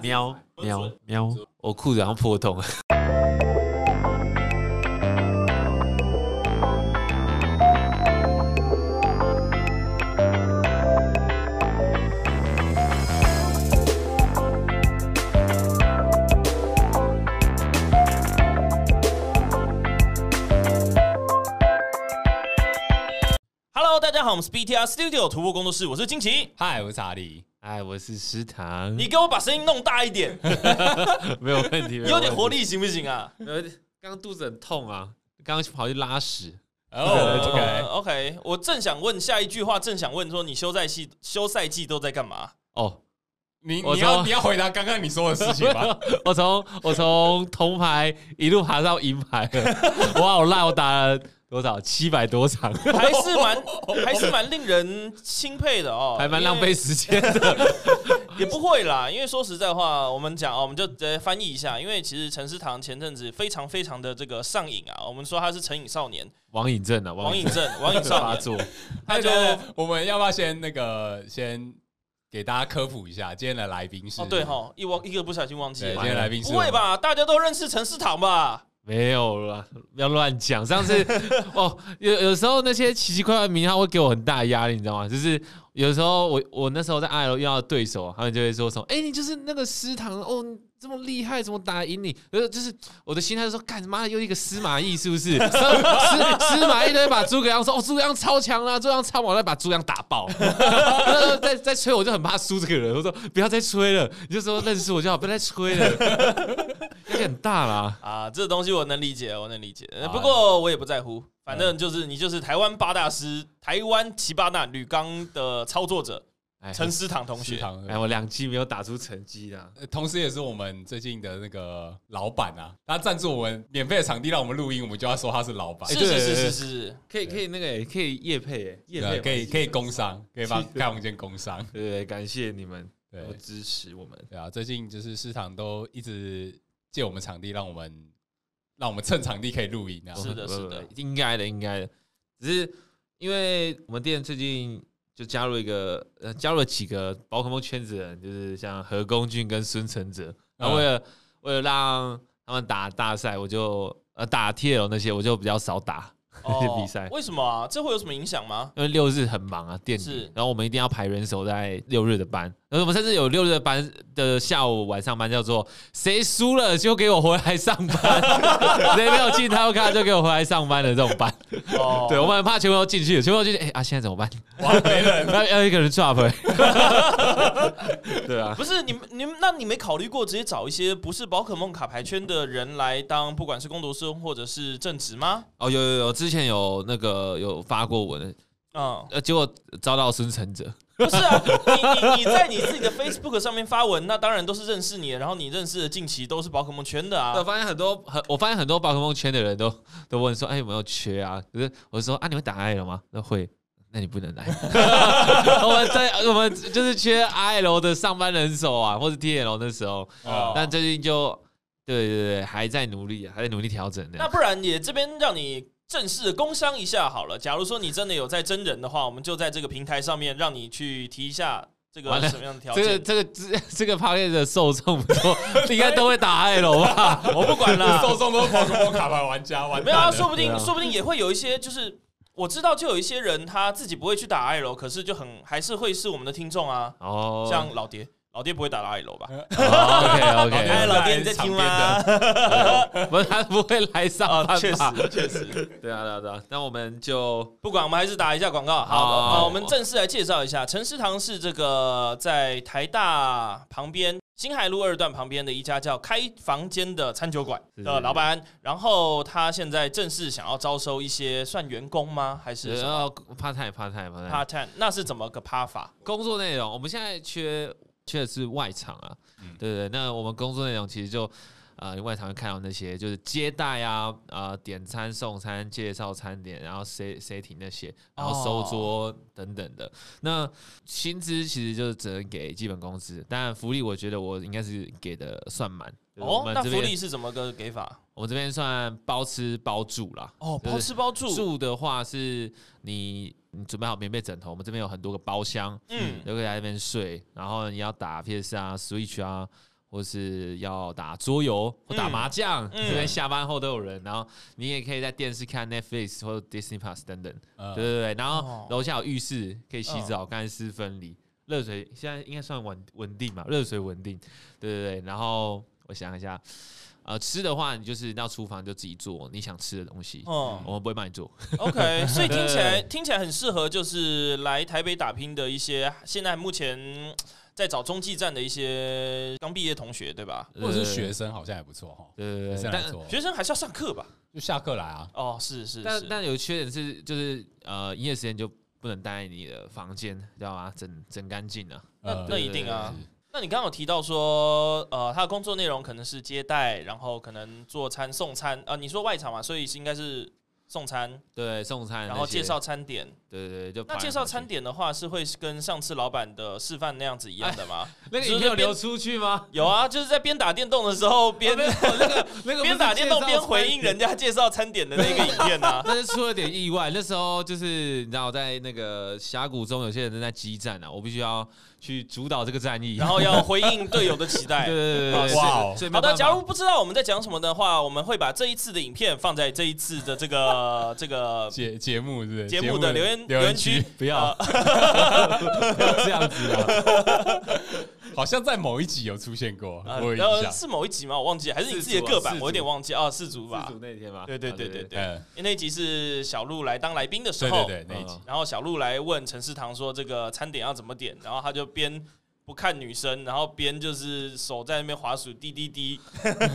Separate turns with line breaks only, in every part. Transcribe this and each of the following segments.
喵喵喵，我裤子好像破 洞了。
Hello，大家好，我们是 BTR Studio 徒步工作室，我是金
嗯
奇。
嗨，我是查理。
哎，我是食堂，
你给我把声音弄大 一点，
没有问 题，没
有点活
问题。
力行不 行啊？
呃刚刚肚子很痛啊，刚刚跑去拉屎。
哦
这个
呃
，OK，
OK，我正想问下一句话，正想问说你休赛季休赛季都在干嘛？
哦，
你
我
你要
说
你要回答刚刚你说的事情 吧。
我从我从铜牌一路爬到银牌了，我好烂，我打了多少七百多 场，
还是蛮还是蛮令人钦佩的哦，
还蛮浪费时间的。
因为，也不会啦。因为说实在话，我们讲哦，我们就直接翻译一下，因为其实陈思堂前阵子非常非常的这个上瘾啊，我们说他是成瘾少年，
网瘾症啊，
网
网
瘾
瘾症
症，网瘾少
发
年，
作。
他
那
就
就我们要不要先那个先给大家科普一下，今天的来宾是
哦对哈，一忘一个不小心忘记
对，
了
今。天来宾是
不会吧？大家都认识陈思堂吧？
没有啦，不要乱讲。上次 哦，有有时候那些奇奇怪怪的名号会给我很大的压力，你知道吗？就是有时候我我那时候在二楼遇到的对手，他们就会说什么：“哎、你就是那个师堂哦，你这么厉害，怎么打赢你？”呃，就是我的心态就说：“干妈的又一个司马懿是不是？” 司司司马懿都会把诸葛亮说：“哦，诸葛亮超强啊，诸葛亮超猛，我再把诸葛亮打爆。” 再再吹，我就很怕输这个人。我说：“不要再吹了，你就说认识我就好，不要再吹了， 压力很大啦。”
啊，这东西我能理解，我能理解。
好
呃
啊哎
不过我也不在乎，反正就是你就是台湾八大师、台湾七八大铝钢的操作者
哎
陈思堂同学。
食堂
哎，我两季没有打出成绩啊啦。
呃同时也是我们最近的那个老板啊，他赞助我们免费的场地让我们录音，我们就要说他是老板
是，
哎对
是是
对
是是，
可以可以那个也可以叶配哎，叶
对，啊
配
可以可以工商，可以帮
是
盖房间工商。
对对，感谢你们
对
都支持我们。
对啊，最近就是市场都一直借我们场地，让我们让我们趁场地可以录音啊。
是的
不不
是
不
的
应该的应该的。只是因为我们店最近就加入一个呃，加入了几个宝可梦圈子的人，就是像何公俊跟孙承哲。
啊
然后为了为了让他们打大赛，我就呃打 TL 那些我就比较少打那些 比赛。
为什么啊？这会有什么影响吗？
因为六日很忙啊，店
是
里，然后我们一定要排人手在六日的班，然后我们甚至有六日的班的下午晚上班叫做谁输了就给我回来上 班，谁没有进套卡就给我回来上班的这种班，
哦，
对我们很怕全部都进去，全部都进去，哎、啊现在怎 么办？
哇，没人，
要要一个人 drop，、欸、 对啊，
不是你们你们，那你没考虑过直接找一些不是宝可梦卡牌圈的人来当，不管是工读生或者是正职吗？
哦有有有，之前有那个有发过文，
嗯，
呃结果遭到孙承哲，
不是啊，你你你在你自己的 Facebook 上面发文，那当然都是认识你的，然后你认识的近期都是宝可梦圈的啊
对，。我发现很多很，我发现很多宝可梦圈的人都都问说，哎，有没有缺啊？可是我说啊，你们打 I 了吗？那会，那你不能 来。我们在我们就是缺 I L 的上班人手啊，或是 T L 那时候，
哦
但最近就对对对，还在努力，啊还在努力调整
那
的。
不然也这边让你正式工商一下好了。假如说你真的有在真人的话，我们就在这个平台上面让你去提一下这个
完了
什么样的条
这个
件。
这个这这个 p a 的受众不错， 应该都会打 I L 吧？
我不管啦，
受众都是宝可梦卡牌玩家，完
没有啊，
蛋
说
了。
不定、
对啊
说不定也会有一些就是。我知道，就有一些人他自己不会去打 I 楼，可是就很还是会是我们的听众啊，
哦，
像老爹，老爹不会打 I 楼吧？
OK
对
哎，
OK，
老爹你在听 吗？哦
不是他不会来上班吧？
确实，确实。
对啊，对啊，对啊。那我们就
不管，我们还是打一下广告。好，
好
呃我们正式来介绍一下，陈师堂是这个在台大旁边新海路二段旁边的一家叫开房间的餐酒馆
是
的老板。然后他现在正式想要招收一些算员工吗？还是
然后呃哦 part time part time part time
part time？那是怎么个 part 法？
工作内容，我们现在缺缺的是外场啊，
嗯
对对对。那我们工作内容其实就呃，你外场会看到那些就是接待啊，呃，点餐送餐、介绍餐点，然后 set setting 那些，然后收桌等等的。那薪资其实就是只能给基本工资，但福利我觉得我应该是给的算满。就是我
哦，
们
那
这
福
边
利是怎么个给法？
我们这边算包吃包住啦。
哦，
就是
包吃包住，
住的话是你你准备好棉被枕头，我们这边有很多个包厢，
嗯
嗯，都可以在那边睡。然后你要打 PS 啊、Switch 啊，或是要打桌游或打麻将，
嗯
这边下班后都有人。然后你也可以在电视看 Netflix 或者 Disney Plus 等等，
呃
对对对。然
哦
后楼下有浴室可以洗
嗯
澡，干湿分离，热水现在应该算稳稳定嘛，热水稳定，对对对。然后我想一下，呃，吃的话，你就是到厨房就自己做你想吃的东西，
嗯
我们不会帮你做。
，OK，所以听起来
对
听起来很适合，就是来台北打拼的一些现在目前在找中继站的一些刚毕业同学，对吧？
或者是学生好像也不错哈，
对，对对
学
对，
生来
但
做
嗯学生还是要上课吧？
就下课来啊，
哦，是是
但
是，
但有缺点是，就是呃，营业时间就不能待在你的房间，知道吗？整整干净啊，
那
呃
那
对
一
对
定啊
是。
那你刚刚有提到说，呃，他的工作内容可能是接待，然后可能做餐送餐，呃，你说外场嘛，所以是应该是送餐，
对，送餐，
然后介，绍餐点。
对对对，就
那介绍餐点的话，是会跟上次老板的示范那样子一样的 吗？
那
个
个
影
影片
片有
有
流
流出去吗？
有啊，就是在边打电动的时候哦边
那个那个。
边打电动边回应，人家介绍餐点的那个影片 啊
那是出了点意外。那时候就是你知道，在那个峡谷中，有些人正在激战啊，我必须要去主导这个战役，
然后要回应队友的
对
期待。
对对对对，
哇哦
所以没
好
有办法
的，假如不知道我们在讲什么的话，我们会把这一次的影片放在这一次的 这个这个
节节目是不是
节目的留言
留
留言
言
区
区，
不要不要这样子啊，
好像在某一集有出现过，
呃
我有
然后
印象。
是某一集吗？我忘记了，还是你自己的
四组啊
个版？
四组
我有点忘记啊，四组吧
自。主那天嘛，
对对对对
啊
对，
嗯，
因为那一集是小鹿来当来宾的时
对
候，
对对，那一
嗯
集
呃然后小鹿来问陈世堂说这个餐点要怎么点，然后他就边不看女生，然后边就是手在那边滑鼠滴滴滴。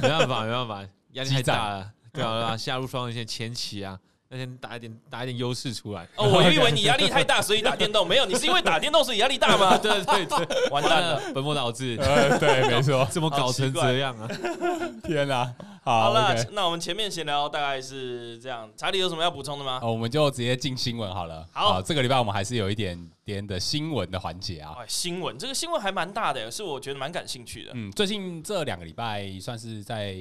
没办法，没办法，压力太大了，对啊，对啊下入双人线前期啊，那天打一点打一点优势出来。
哦，我以 为你压力太大所以打电动，没有，你是因为打电动所以压力大吗？对对对，完蛋了。，
本末倒置，，
呃，
嗯
对，没 错
怎么搞成这样啊？
天哪，
好
好
了
OK
那我们前面闲聊大概是这样。查理有什么要补充的吗？
哦，我们就直接进新闻好了。
好
这个礼拜我们还是有一点点的新闻的环节啊。
哎，新闻这个新闻还蛮大的，是我觉得蛮感兴趣的。
嗯，最近这两个礼拜算是在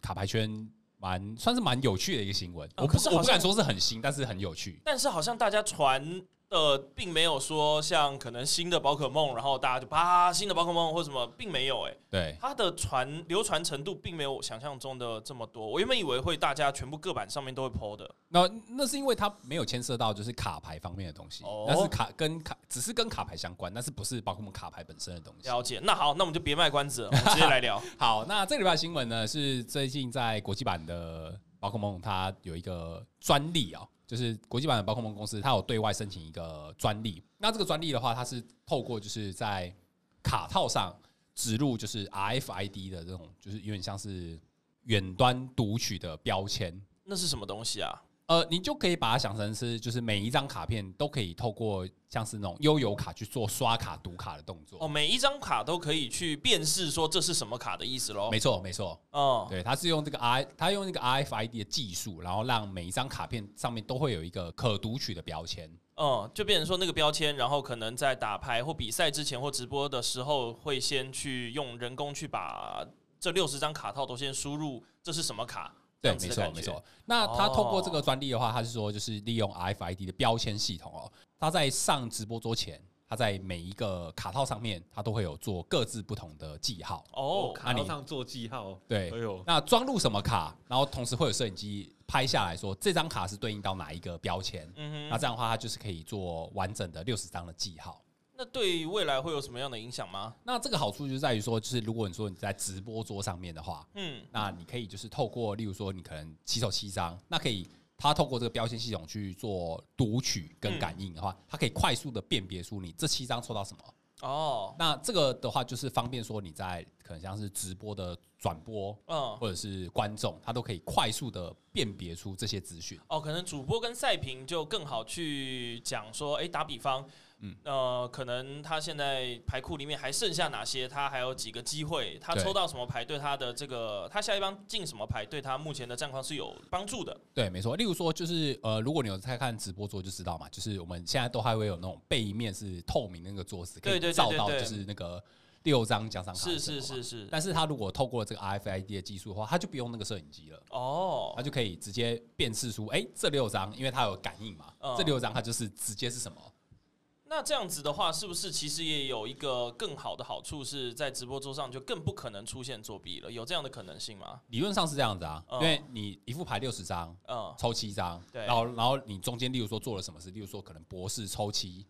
卡牌圈蛮算是蛮有趣的一个新闻。
啊
我
可
不
是
是
好像
我不敢说是很新，但是很有趣。
但是好像大家传的并没有说像可能新的宝可梦，然后大家就啪新的宝可梦或什么，并没有哎、
对，
它的传流传程度并没有我想象中的这么多。我原本以为会大家全部各版上面都会 PO 的，
那那是因为它没有牵涉到就是卡牌方面的东西，
哦
但是卡跟卡只是跟卡牌相关，但是不是包括我们卡牌本身的东西。
了解。那好，那我们就别卖关子了，我们直接来 聊。
好，那这个礼拜的新闻呢是最近在国际版的宝可梦，它有一个专利哦，就是国际版的宝可梦公司，它有对外申请一个专利。那这个专利的话，它是透过就是在卡套上植入就是 RFID 的这种，就是有点像是远端读取的标签。
那是什么东西啊？
呃，你就可以把它想成是，就是每一张卡片都可以透过像是那种悠游卡去做刷卡、读卡的动作。
哦，每一张卡都可以去辨识说这是什么卡的意思喽。
没错，没错。
哦，
对，它是用这个 R，它用那个 RFID 的技术，然后让每一张卡片上面都会有一个可读取的标签。
嗯，就变成说那个标签，然后可能在打牌或比赛之前或直播的时候，会先去用人工去把这六十张卡套都先输入，这是什么卡？这
对，
样子
没
的
错，
感觉
没错。那它透过这个专利的话，它是说就是利用 RFID 的标签系统哦，它在上直播桌前，它在每一个卡套上面，它都会有做各自不同的记号。
哦，
卡套上做记号，
对，
哎呦，
那装入什么卡，然后同时会有摄影机拍下来说这张卡是对应到哪一个标签。
嗯
那
哼，
这样的话，它就是可以做完整的六十张的记号。
那对未来会有什么样的影响吗？
那这个好处就在于说，就是如果你说你在直播桌上面的话，
嗯，
那你可以就是透过，例如说你可能起手七张，那可以它透过这个标签系统去做读取跟感应的话，它可以快速的辨别出你这七张抽到什么。
哦，
那这个的话就是方便说你在可能像是直播的转播
嗯，
或者是观众，他都可以快速的辨别出这些资讯。
哦，可能主播跟赛评就更好去讲说，诶，打比方，嗯
嗯，
呃，可能他现在牌库里面还剩下哪些，他还有几个机会，他
对
抽到什么牌对他的这个，他下一帮进什么牌对他目前的战况是有帮助的。
对，没错。例如说，就是呃，如果你有在看直播桌就知道嘛，就是我们现在都还会有那种背面是透明的那个桌子，可
对对对
以照到
对对
就是那个六张奖赏卡。
是是是。是，
但是它如果透过这个 RFID 的技术的话，它就不用那个摄影机了，
哦
它，就可以直接辨识出，哎、这六张，因为它有感应嘛，
嗯
这六张它就是直接是什么？
那这样子的话，是不是其实也有一个更好的好处，是在直播桌上就更不可能出现作弊了？有这样的可能性吗？
理论上是这样子啊，
嗯
因为你一副牌六十张，
嗯，
抽七张，
对
然后然后你中间例如说做了什么事，例如说可能博士抽七，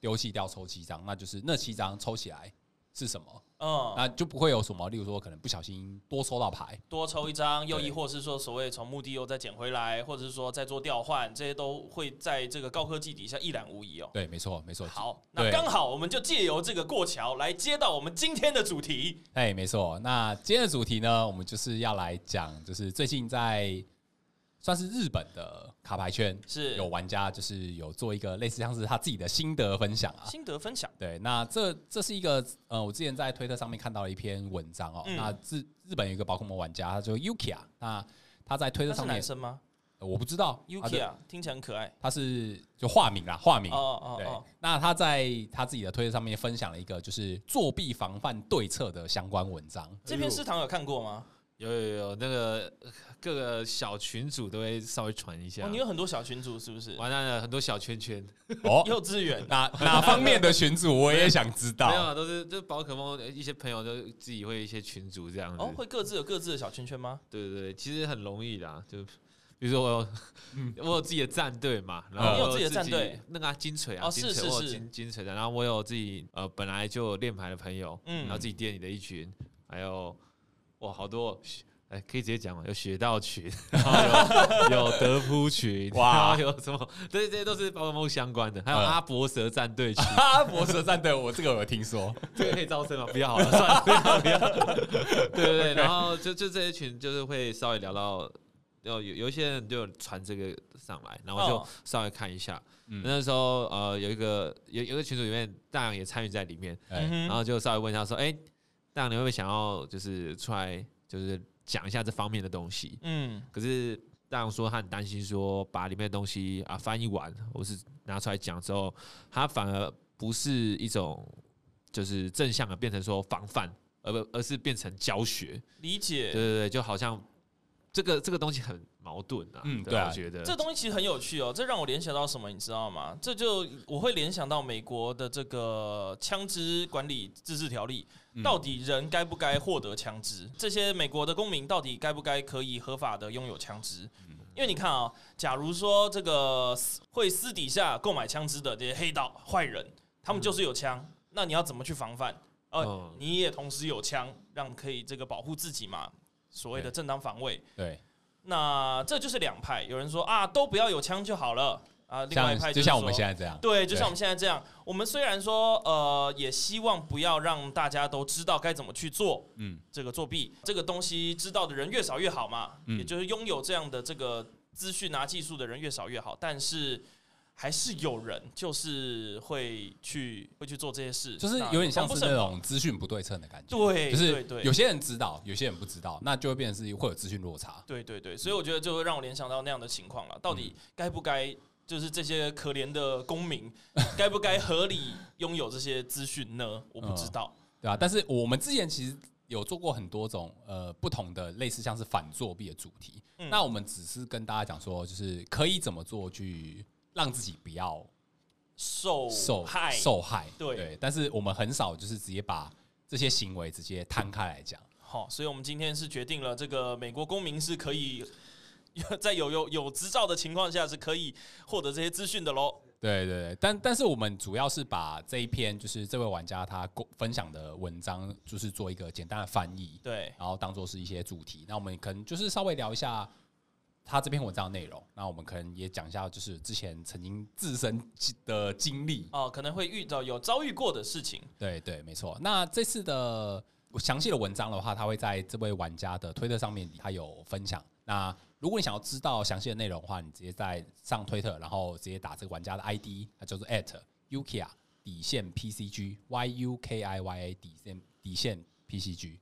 丢弃掉抽七张，那就是那七张抽起来是什么，
嗯，
那就不会有什么，例如说可能不小心多抽到牌，
多抽一张，又
对
亦或是说所谓从墓地又再捡回来，或者是说再做调换，这些都会在这个高科技底下一览无遗哦。
对，没错没错，
好，那
对
刚好我们就借由这个过桥来接到我们今天的主题。
哎，没错。那今天的主题呢，我们就是要来讲，就是最近在算是日本的卡牌圈，
是
有玩家就是有做一个类似像是他自己的心得分享啊。
心得分享，
对，那这这是一个呃，我之前在推特上面看到了一篇文章哦。
嗯
那日日本有一个宝可梦玩家，他叫 Yuki 啊，那他在推特
他是
上
男
面，
生吗
呃我不知道他
？Yuki
的
啊，听起来很可爱。
他是就化名啦，化名。
哦哦
对
哦，，
那他在他自己的推特上面分享了一个就是作弊防范对策的相关文章。
这篇师堂有看过吗？
有有有，那个呃各个小群组都会稍微传一下。
哦，你有很多小群组是不是？
完蛋了，很多小圈圈，
哦，
幼稚 园
哪哪方面的群主我也想知
没有
道。
啊，都是就宝可梦呃一些朋友都自己会一些群组这样子。
哦，会各自有各自的小圈圈吗？
对对对，其实很容易啦，就。比如说我有， 我有自己的战队嘛，然
嗯
后
你有
我
自己的
自
战
己
队
那个啊金锤啊，
哦
金
是
锤
是
我有
是
金金锤的，然后我有自己呃本来就有练牌的朋友，
嗯
然后自己店里的一群，还有哇好多，哎可以直接讲嘛，有雪道群，然后有有德扑群，
哇
哇有什么，对这些都是宝可梦相关的，还有
嗯
阿伯蛇战队群，
哈，博士战队，我这个我有听说。
这个可以招生吗？不要好了，算了，不要不要。对对对，然后就就这一群就是会稍微聊到，有有有一些人就传这个上来，然后就
哦
稍微看一下。
嗯
那时候呃有一个有有一个群组里面，大洋也参与在里面，
哎
嗯
然
哼，
后就稍微问一下说，哎、大洋你会不会想要就是出来就是讲一下这方面的东西？
嗯，
可是大洋说他很担心说把里面的东西啊翻译完，或是拿出来讲之后，他反而不是一种就是正向的变成说防范，而不而是变成教学。
理
对对
解。
对，就好像这个这个东西很矛盾啊。
嗯
对
对
啊，
啊
我觉得
这东西其实很有趣哦，这让我联想到什么，你知道吗？这就我会联想到美国的这个枪支管理自治条例，
嗯
到底人该不该获得枪支？这些美国的公民到底该不该可以合法的拥有枪支？
嗯
因为你看啊、假如说这个私会私底下购买枪支的这些黑道坏人，他们就是有枪，
嗯
那你要怎么去防范？呃
嗯，
你也同时有枪，让可以这个保护自己嘛，所谓的
对
正当防卫。
对，
那这就是两派，有人说啊，都不要有枪就好了啊，另外一派
像就是像我们
说
现在这样，
对，就像我们现在这样，我们虽然说呃，也希望不要让大家都知道该怎么去做
嗯，
这个作弊这个东西，知道的人越少越好嘛，
嗯
也就是拥有这样的这个资讯啊技术的人越少越好，但是。还是有人就是会去会去做这些事，
就是有点像是那种资讯不对称的感觉。
对，
就
对
是
对
有些人知道，有些人不知道，那就会变成是会有资讯落差。
对对对，所以我觉得就会让我联想到那样的情况了。到
嗯
底该不该，就是这些可怜的公民，该不该合理拥有这些资讯 呢？我不知道。
对吧、但是我们之前其实有做过很多种呃不同的类似像是反作弊的主题，
嗯
那我们只是跟大家讲说，就是可以怎么做去让自己不要
受
受
哦害，
受害
对
但是我们很少就是直接把这些行为直接摊开来讲。
好，所以我们今天是决定了，这个美国公民是可以在有有有执照的情况下是可以获得这些资讯的喽。
对对对，但但是我们主要是把这一篇就是这位玩家他公分享的文章，就是做一个简单的翻译，
对，
然后当做是一些主题。那我们可能就是稍微聊一下他这篇文章的内容，那我们可能也讲一下就是之前曾经自身的经历。
哦，可能会遇到有遭遇过的事情。
对对，没错。那这次的详细的文章的话，他会在这位玩家的推特上面，他有分享。那如果你想要知道详细的内容的话，你直接在上推特，然后直接打这个玩家的 ID，它就是 at yukia 底线 PCG y u k i y a 底线底线 PCG。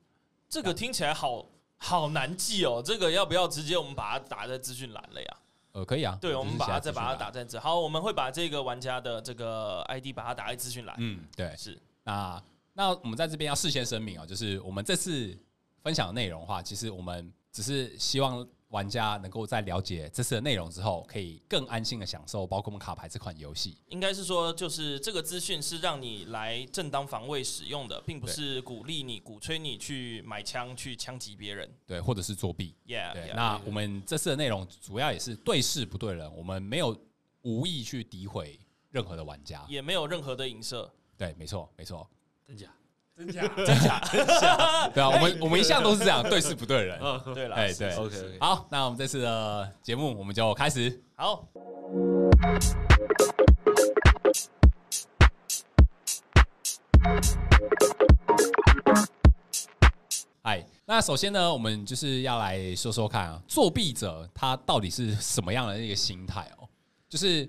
这
嗯
个听起来好好难记哦，这个要不要直接我们把它打在资讯栏了呀？
呃，可以啊，
对，我
就
们
是
把
现
它
在
再
资讯
把它
栏
打在这。好，我们会把这个玩家的这个 ID 把它打在资讯栏。
嗯，对。
是，
那那我们在这边要事先声明哦，就是我们这次分享的内容的话，其实我们只是希望玩家能够在了解这次的内容之后，可以更安心的享受《宝可梦卡牌》这款游戏。
应该是说，就是这个资讯是让你来正当防卫使用的，并不是鼓励你、鼓吹你去买枪去枪击别人。
对，或者是作弊。
Yeah，,
对
yeah，
那我们这次的内容主要也是对事不对人，我们没有无意去诋毁任何的玩家。
也没有任何的影射，
对，没错，没错，
真假？
真假？
真假？
对啊，我们我们一向都是这样，对事不对人。
嗯
对了，
哎
是
对
是是
OK，OK
好，那我们这次的节目我们就开始。
好，
哎，那首先呢，我们就是要来说说看啊，作弊者他到底是什么样的一个心态哦？就是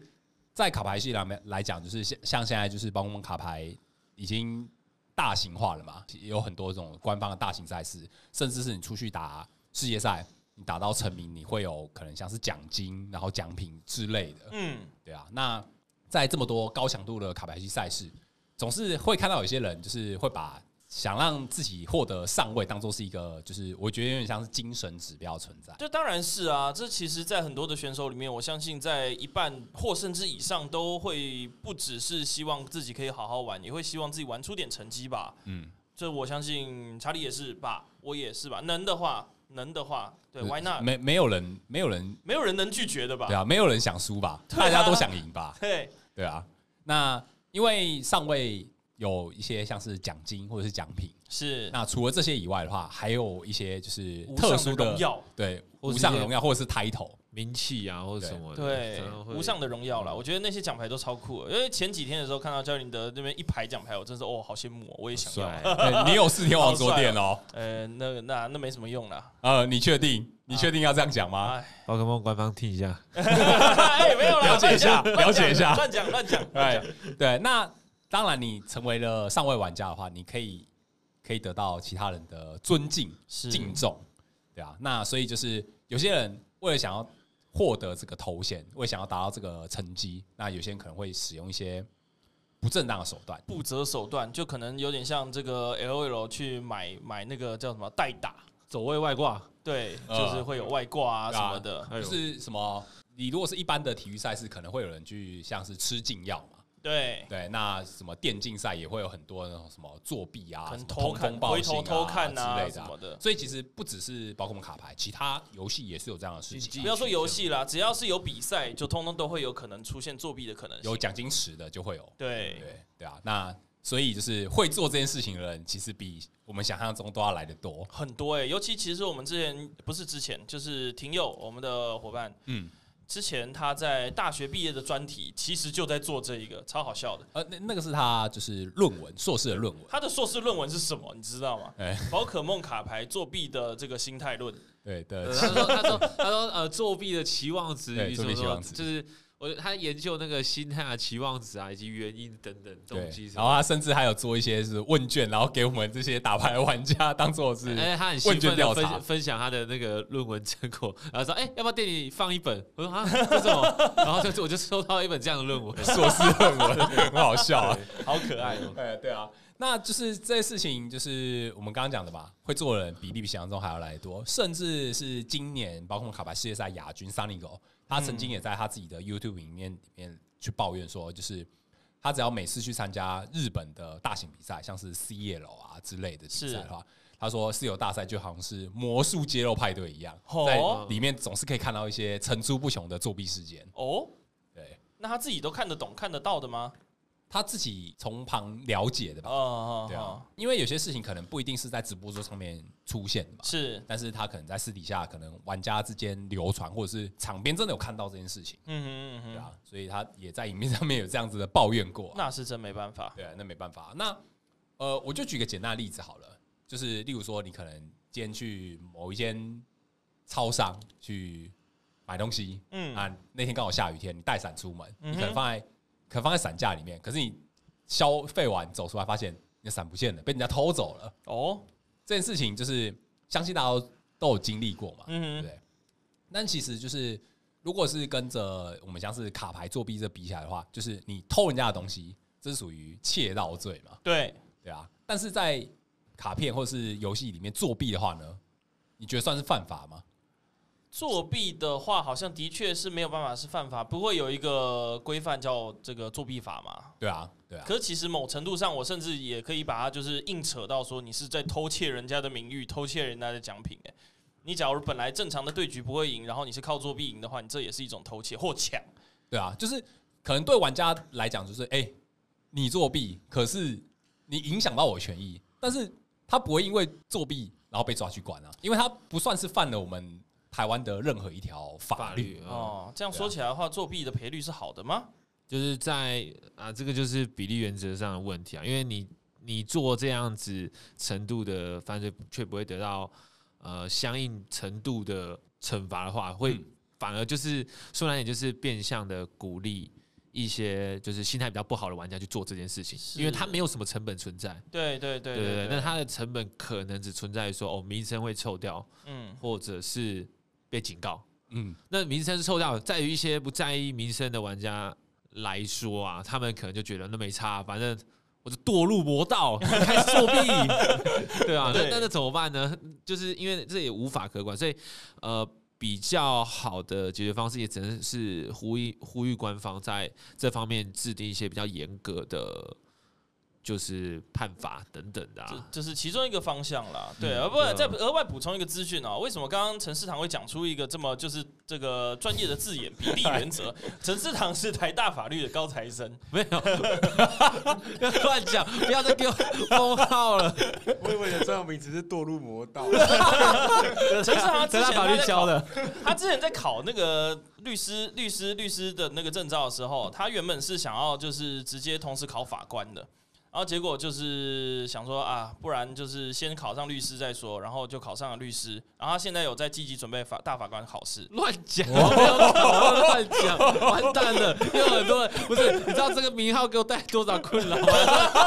在卡牌系来面来讲，就是像像现在就是帮我们卡牌已经大型化了嘛，有很多这种官方的大型赛事，甚至是你出去打世界赛，你打到成名，你会有可能像是奖金，然后奖品之类的。
嗯，
对啊，那在这么多高强度的卡牌系赛事，总是会看到有些人就是会把想让自己获得上位当做是一个，就是我觉得有点像是精神指标存在。
这当然是啊，这其实，在很多的选手里面，我相信在一半或甚至以上都会不只是希望自己可以好好玩，也会希望自己玩出点成绩吧。
嗯，
这我相信查理也是吧，我也是吧，能的话，能的话，对，Why not？
没没有人，没有人，
没有人能拒绝的吧？
对啊，没有人想输吧？
对啊
大家都想赢吧？
对，
对啊。那因为上位有一些像是奖金或者是奖品，
是
那除了这些以外的话，还有一些就是
无
特
上
殊
的荣耀，
对
或
无
是
上
一些
荣耀或者是 title。
名气啊，或者什么的
对
常常，会
无上的荣耀
嗯
啦，我觉得那些奖牌都超酷的。因为前几天的时候看到教练德那边一排奖牌，我真是哦，好羡慕、哦，我也想要。
帅，
对你有四天王桌垫哦。
呃，那个那那没什么用啦。
呃，你确定？你确定要这样讲吗？
哎，
宝可梦官方听一下，
哎没有啦
了解一下
乱讲
了解一下哎
乱讲乱讲。乱
对
讲
对，那当然，你成为了上位玩家的话，你可以可以得到其他人的尊敬、
是
敬重，
嗯
对啊。那所以就是有些人为了想要获得这个头衔，为了想要达到这个成绩，那有些人可能会使用一些不正当的手段。
不择手段，就可能有点像这个 L O L 去买买那个叫什么代打，
走位外挂，
对，
呃
就是会有外挂啊
对啊
什么的。
哎呦
就是什么？你如果是一般的体育赛事，可能会有人去像是吃禁药嘛，
对，
对，那什么电竞赛也会有很多那种什么作弊啊，
可
什
能
么
偷
通
看、
风报
回
信
头偷看
啊之
啊
类
什
的啊
么的。
所以其实不只是宝可梦卡牌，其他游戏也是有这样的事
竞技
情。啊
不要说游戏啦，只要是有比赛，就通通都会有可能出现作弊的可能性
有。奖金池的就会有，
对，
对对啊。那所以就是会做这件事情的人，其实比我们想象中都要来的多。
很多哎、尤其其实我们之前不是之前，就是庭佑我们的伙伴，
嗯，
之前他在大学毕业的专题，其实就在做这一个，超好笑的。
呃，那那个是他就是论文，硕士的论文。
他的硕士论文是什么？你知道吗
哎？
宝可梦卡牌作弊的这个心态论，
对
呃
对，
他说他说他说呃，作弊的期望值
对
与什
作弊
么
期
什么
望值
就是我他研究那个心态啊、期望值啊以及原因等等动
对
机，什
然
么。
后他甚至还有做一些是问卷，然后给我们这些打牌玩家当做是
哎，他很
问
兴
卷
奋的
调
分
查
享，分享他的那个论文成果，然后说：“哎、要不要店里放一本？”我说：“啊，这是什么？” 然后就我就收到一本这样的论文。
硕士论文，很好笑啊。
好可爱哦、
哎，对啊，那就是这些事情，就是我们刚刚讲的嘛，会做的人比例比想象中还要来得多，甚至是今年包括卡牌世界赛亚军桑尼狗，他曾经也在他自己的 YouTube 里面里面去抱怨说，就是他只要每次去参加日本的大型比赛，像是 CL 啊之类的比赛的话。他说：“室友大赛就好像是魔术揭露派对一样，
哦
在里面总是可以看到一些层出不穷的作弊事件。
哦，
对
那他自己都看得懂、看得到的吗？
他自己从旁了解的吧
哦，哦
对啊
哦，，
因为有些事情可能不一定是在直播桌上面出现的嘛，
是，
但是他可能在私底下，可能玩家之间流传，或者是场边真的有看到这件事情，
嗯哼
对
嗯哼，
啊，所以他也在影片上面有这样子的抱怨过、啊，
那是真没办法。
对啊，那没办法。那呃，我就举个简单的例子好了，就是例如说，你可能今天去某一间超商去买东西，
嗯
啊，那天刚好下雨天，你带伞出门，
嗯哼
你可能放在可能放在伞架里面，可是你消费完走出来，发现你的伞不见了，被人家偷走了。
哦，
这件事情就是相信大家都都有经历过嘛，
嗯
对不
哼，
对？但其实就是如果是跟着我们像是卡牌作弊这比起来的话，就是你偷人家的东西，这是属于窃盗罪嘛，
对，
对啊。但是在卡片或是游戏里面作弊的话呢，你觉得算是犯法吗？
作弊的话，好像的确是没有办法是犯法，不会有一个规范叫这个作弊法嘛。
对啊，对啊，
可是其实某程度上，我甚至也可以把它就是硬扯到说，你是在偷窃人家的名誉，偷窃人家的奖品、哎，你假如本来正常的对局不会赢，然后你是靠作弊赢的话，你这也是一种偷窃或抢。
对啊，就是可能对玩家来讲，就是哎、诶你作弊，可是你影响到我权益，但是他不会因为作弊然后被抓去关啊，因为他不算是犯了我们台湾的任何一条法律。
哦，
哦，这样说起来的话，作弊的赔率是好的吗？
就是在啊，这个就是比例原则上的问题啊，因为你你做这样子程度的犯罪，却不会得到呃相应程度的惩罚的话，会
嗯
反而就是说难点，就是变相的鼓励一些就是心态比较不好的玩家去做这件事情，因为
是
他没有什么成本存在。
对对对
对对
对
对，那它的成本可能只存在于说哦，名声会臭掉，
嗯，
或者是被警告。
嗯，
那名声是臭掉，在于一些不在意名声的玩家来说啊，他们可能就觉得那没差，反正我就堕入魔 道，开始作弊，对啊，那
对
那那怎么办呢？就是因为这也无法可管，所以呃。比较好的解决方式也只能是呼吁呼吁官方在这方面制定一些比较严格的，就是判罚等等的、
这
啊。
这是其中一个方向啦。对，
嗯
而不然
对
再
啊
额外补充一个资讯哦，为什么刚刚陈世堂会讲出一个这么就是这个专业的字眼比例原则？陈世堂是台大法律的高材生，
没有， 不要乱讲，不要再给我封号了。
我以为你的专有名词是堕入魔 道，
陈世堂之
在他
前他
法律
在
教
考，
的，
他之前在考那个律师、律师、律师的那个证照的时候，他原本是想要就是直接同时考法官的。然后结果就是想说啊，不然就是先考上律师再说，然后就考上了律师。然后他现在有在积极准备法大法官考试，
乱讲，不要搞乱讲，完蛋了！有很多人不是，你知道这个名号给我带来多少困扰吗？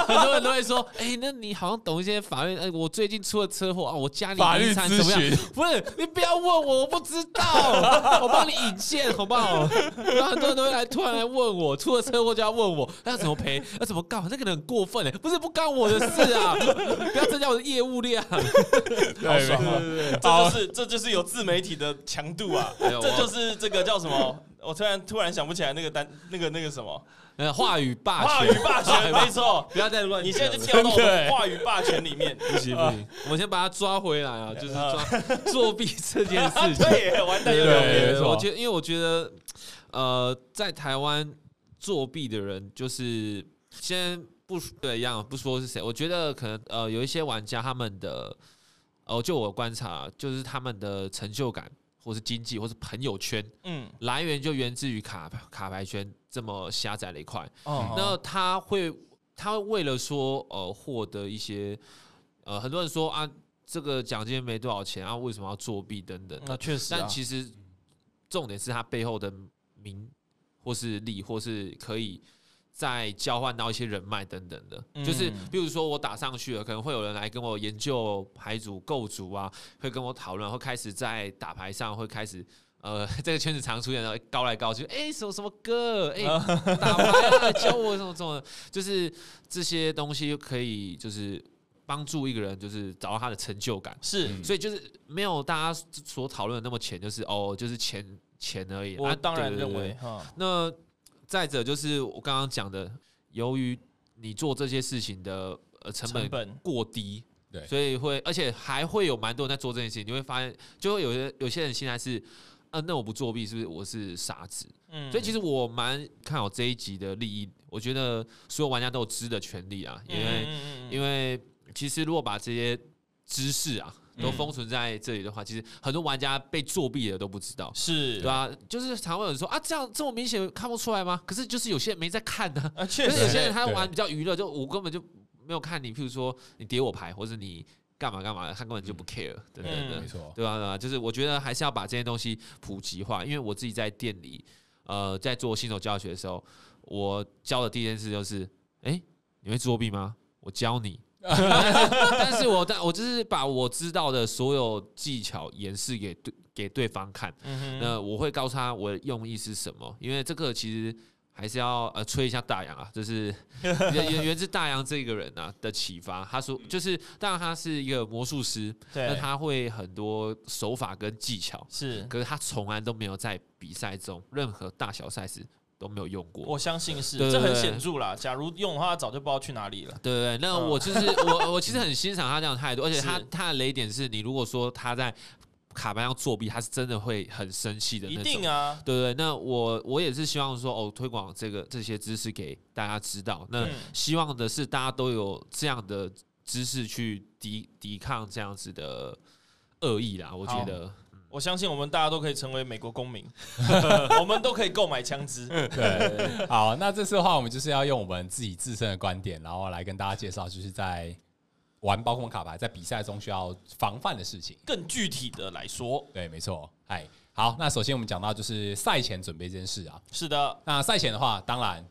很多人都会说， 哎、那你好像懂一些法律，哎、我最近出了车祸啊，我家里
法律
遗产怎么样
咨询？
不是，你不要问我，我不知道， 我帮你引荐好不好？然后很多人都会来突然来问我，出了车祸就要问我，那要怎么赔，要怎么告？那个人很过分哎、不是不干我的事啊，不要增加我的业务量。
好爽啊！
对
这就是这就是有自媒体的强 度啊！
哎呦
这就是这个叫什么？我突然突然想不起来那个单那个那个什么
呃，话语霸
话
权，
语霸权，没错。
不要再乱讲了。
你现在就跳到我
真的
的
欸
话语霸权里面，
不行不行，啊我们先把他抓回来啊，就是抓 作弊这件事情。
对，完蛋又
对
两
对
遍
没错
我觉得因为我觉得，呃，在台湾作弊的人，就是呃先不对一样，不说是谁，我觉得可能呃有一些玩家他们的，哦、就我观察，就是他们的成就感，或是经济，或是朋友圈
嗯，
来源，就源自于卡牌卡牌圈这么狭窄的一块。
哦
那他会，他会为了说，呃，获得一些，呃，很多人说啊，这个奖金没多少钱啊，为什么要作弊等等。
那确实啊，
但其实重点是他背后的名，或是利，或是可以再交换到一些人脉等等的。就是
嗯
比如说我打上去了，可能会有人来跟我研究牌组构筑啊，会跟我讨论，会开始在打牌上会开始。呃， 这个圈子常出现的高来高去，哎、什么什么哥， 哎、打牌啊，教我什么什么的，就是这些东西可以就是帮助一个人，就是找到他的成就感。
是
嗯
所以就是没有大家所讨论的那么浅，就是哦，就是钱钱而已。
我
啊
当然
对对
认
对
为哈，
那再者就是我刚刚讲的，由于你做这些事情的呃成
成
本
本
过低，
对
所以会而且还会有蛮多人在做这件事情，你会发现，就会有些有些人心态是，啊，那我不作弊是不是我是傻子？
嗯
所以其实我蛮看好这一集的利益，我觉得所有玩家都有知的权利啊，因
嗯
为因
为
为其实如果把这些知识啊都封存在这里的话，其实很多玩家被作弊的都不知道。
是
对啊，就是常会有人说啊，这样这么明显看不出来吗？可是就是有些人没在看 呢、
啊，确
可是有些
实
人他
对
玩比较娱乐，就我根本就没有看你，譬如说你叠我牌，或者你干嘛干嘛，他根本就不 care，等等
嗯
的
没。错，
对啊，对啊，就是我觉得还是要把这些东西普及化，因为我自己在店里，呃，在做新手教学的时候，我教的第一件事就是，哎、你会作弊吗？我教你。但是我但我就是把我知道的所有技巧演示给对给对方看，
嗯哼
那我会告诉他我的用意是什么，因为这个其实还是要呃吹一下大洋啊，就是源源源自大洋这个人啊的启发。他说，就是当然他是一个魔术师，那
对，
他会很多手法跟技巧，
是
可是他从来都没有在比赛中任何大小赛事都没有用过。
我相信是，
对
这
对
很
对
显著啦。假如用的话，早就不知道去哪里了。
对对，对那
嗯
我就是我，我其实 很欣赏他这样的态度，而且他
是
他的雷点是你如果说他在卡班上作弊，他是真的会很生气的那
一
种。
定啊，
对对，对那我我也是希望说哦，推广这个这些知识给大家知道。那
嗯
希望的是大家都有这样的知识去抵抵抗这样子的恶意啦。我觉
好
得
我相信我们大家都可以成为美国 公民，我们都可以购买枪支。
对，好，那这次的话，我们就是要用我们自己自身的观点，然后来跟大家介绍，就是在玩包控卡牌在比赛中需要防范的事情。
更具体的来说，
对，没错。哎，好，那首先我们讲到就是赛前准备这件事啊。
是的，
那赛前的话，当然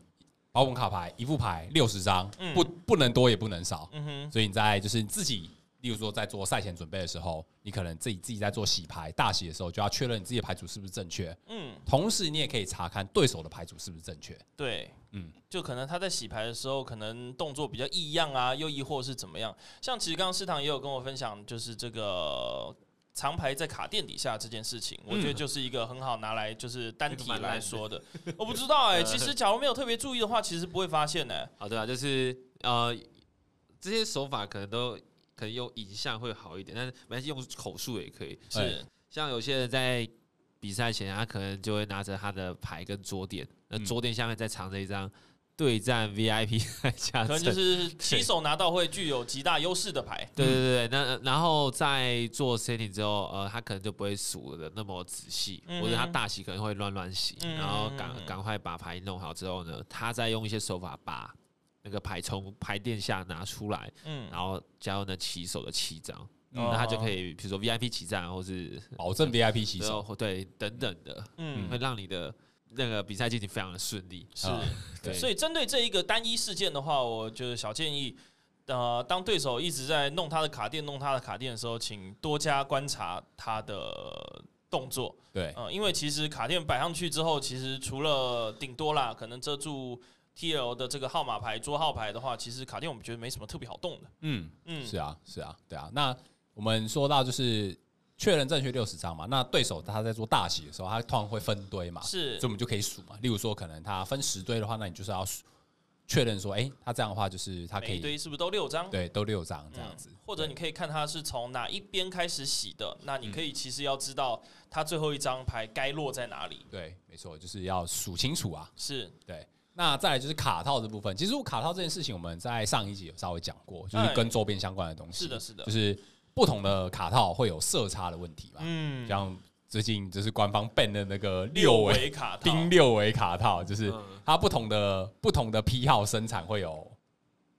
包控卡牌一副牌六十张，
嗯
不不能多也不能少。
嗯哼，
所以你在就是你自己，例如说在做赛前准备的时候，你可能自己自己在做洗牌、大洗的时候，就要确认你自己的牌组是不是正确。
嗯，
同时，你也可以查看对手的牌组是不是正确。
对，
嗯，
就可能他在洗牌的时候，可能动作比较异样啊，又亦或是怎么样。像其实刚刚师堂也有跟我分享，就是这个长牌在卡垫底下这件事情，我
嗯
觉得就是一个很好拿来就是单体来 说的。我不知道哎、其实
呃
假如没有特别注意的话，其实不会发现哎、
好对啊，就是呃这些手法可能都可能用影像会好一点，但是没关系，用口述也可以。
是，
像有些人在比赛前，他可能就会拿着他的牌跟桌垫，那
嗯
桌垫下面再藏着一张对战 VIP 赛加
可能
成
就。是起手拿到会具有极大优势的牌。
对对对，那然后在做 setting 之后，呃，他可能就不会数的那么仔细，
嗯
或者他大洗可能会乱乱洗，
嗯
然后
嗯嗯
赶赶快把牌弄好之后呢，他再用一些手法把那个牌从牌垫下拿出来，
嗯，
然后加入那起手的七张，
哦
那他就可以比如说 VIP 起战，啊或是
保证 VIP 起
然
手。
后对等等的，
嗯
会让你的那个比赛进行非常的顺利。
是。
啊
对
所以针对这一个单一事件的话，我就是小建议，呃，当对手一直在弄他的卡垫、弄他的卡垫的时候，请多加观察他的动作，
对，
呃，因为其实卡垫摆上去之后，其实除了顶多啦，可能遮住 T L 的这个号码牌、桌号牌的话，其实卡垫我们觉得没什么特别好动的，
嗯，
嗯，
是啊，是啊，对啊。那我们说到就是确认正确六十张嘛，那对手他在做大洗的时候，他通常会分堆嘛，所
是
以我们就可以数嘛。例如说，可能他分十堆的话，那你就是要数确认说，哎、他这样的话就是他可
每一
以
堆是不是都六张？
对都六张这样子，
或者你可以看他是从哪一边开始洗的，那
嗯
你可以其实要知道他最后一张牌该落在哪里。
对，没错，就是要数清楚啊。
是，
对，那再来就是卡套这部分。其实我卡套这件事情，我们在上一集有稍微讲过，就
哎
是跟周边相关的东西。
是的是的
就是不同的卡套会有色差的问题嘛。
嗯，
像最近就是官方 ban 的那个
六
六维
维卡套，
冰六维卡套，就是
嗯
它不同的不同的批号生产会有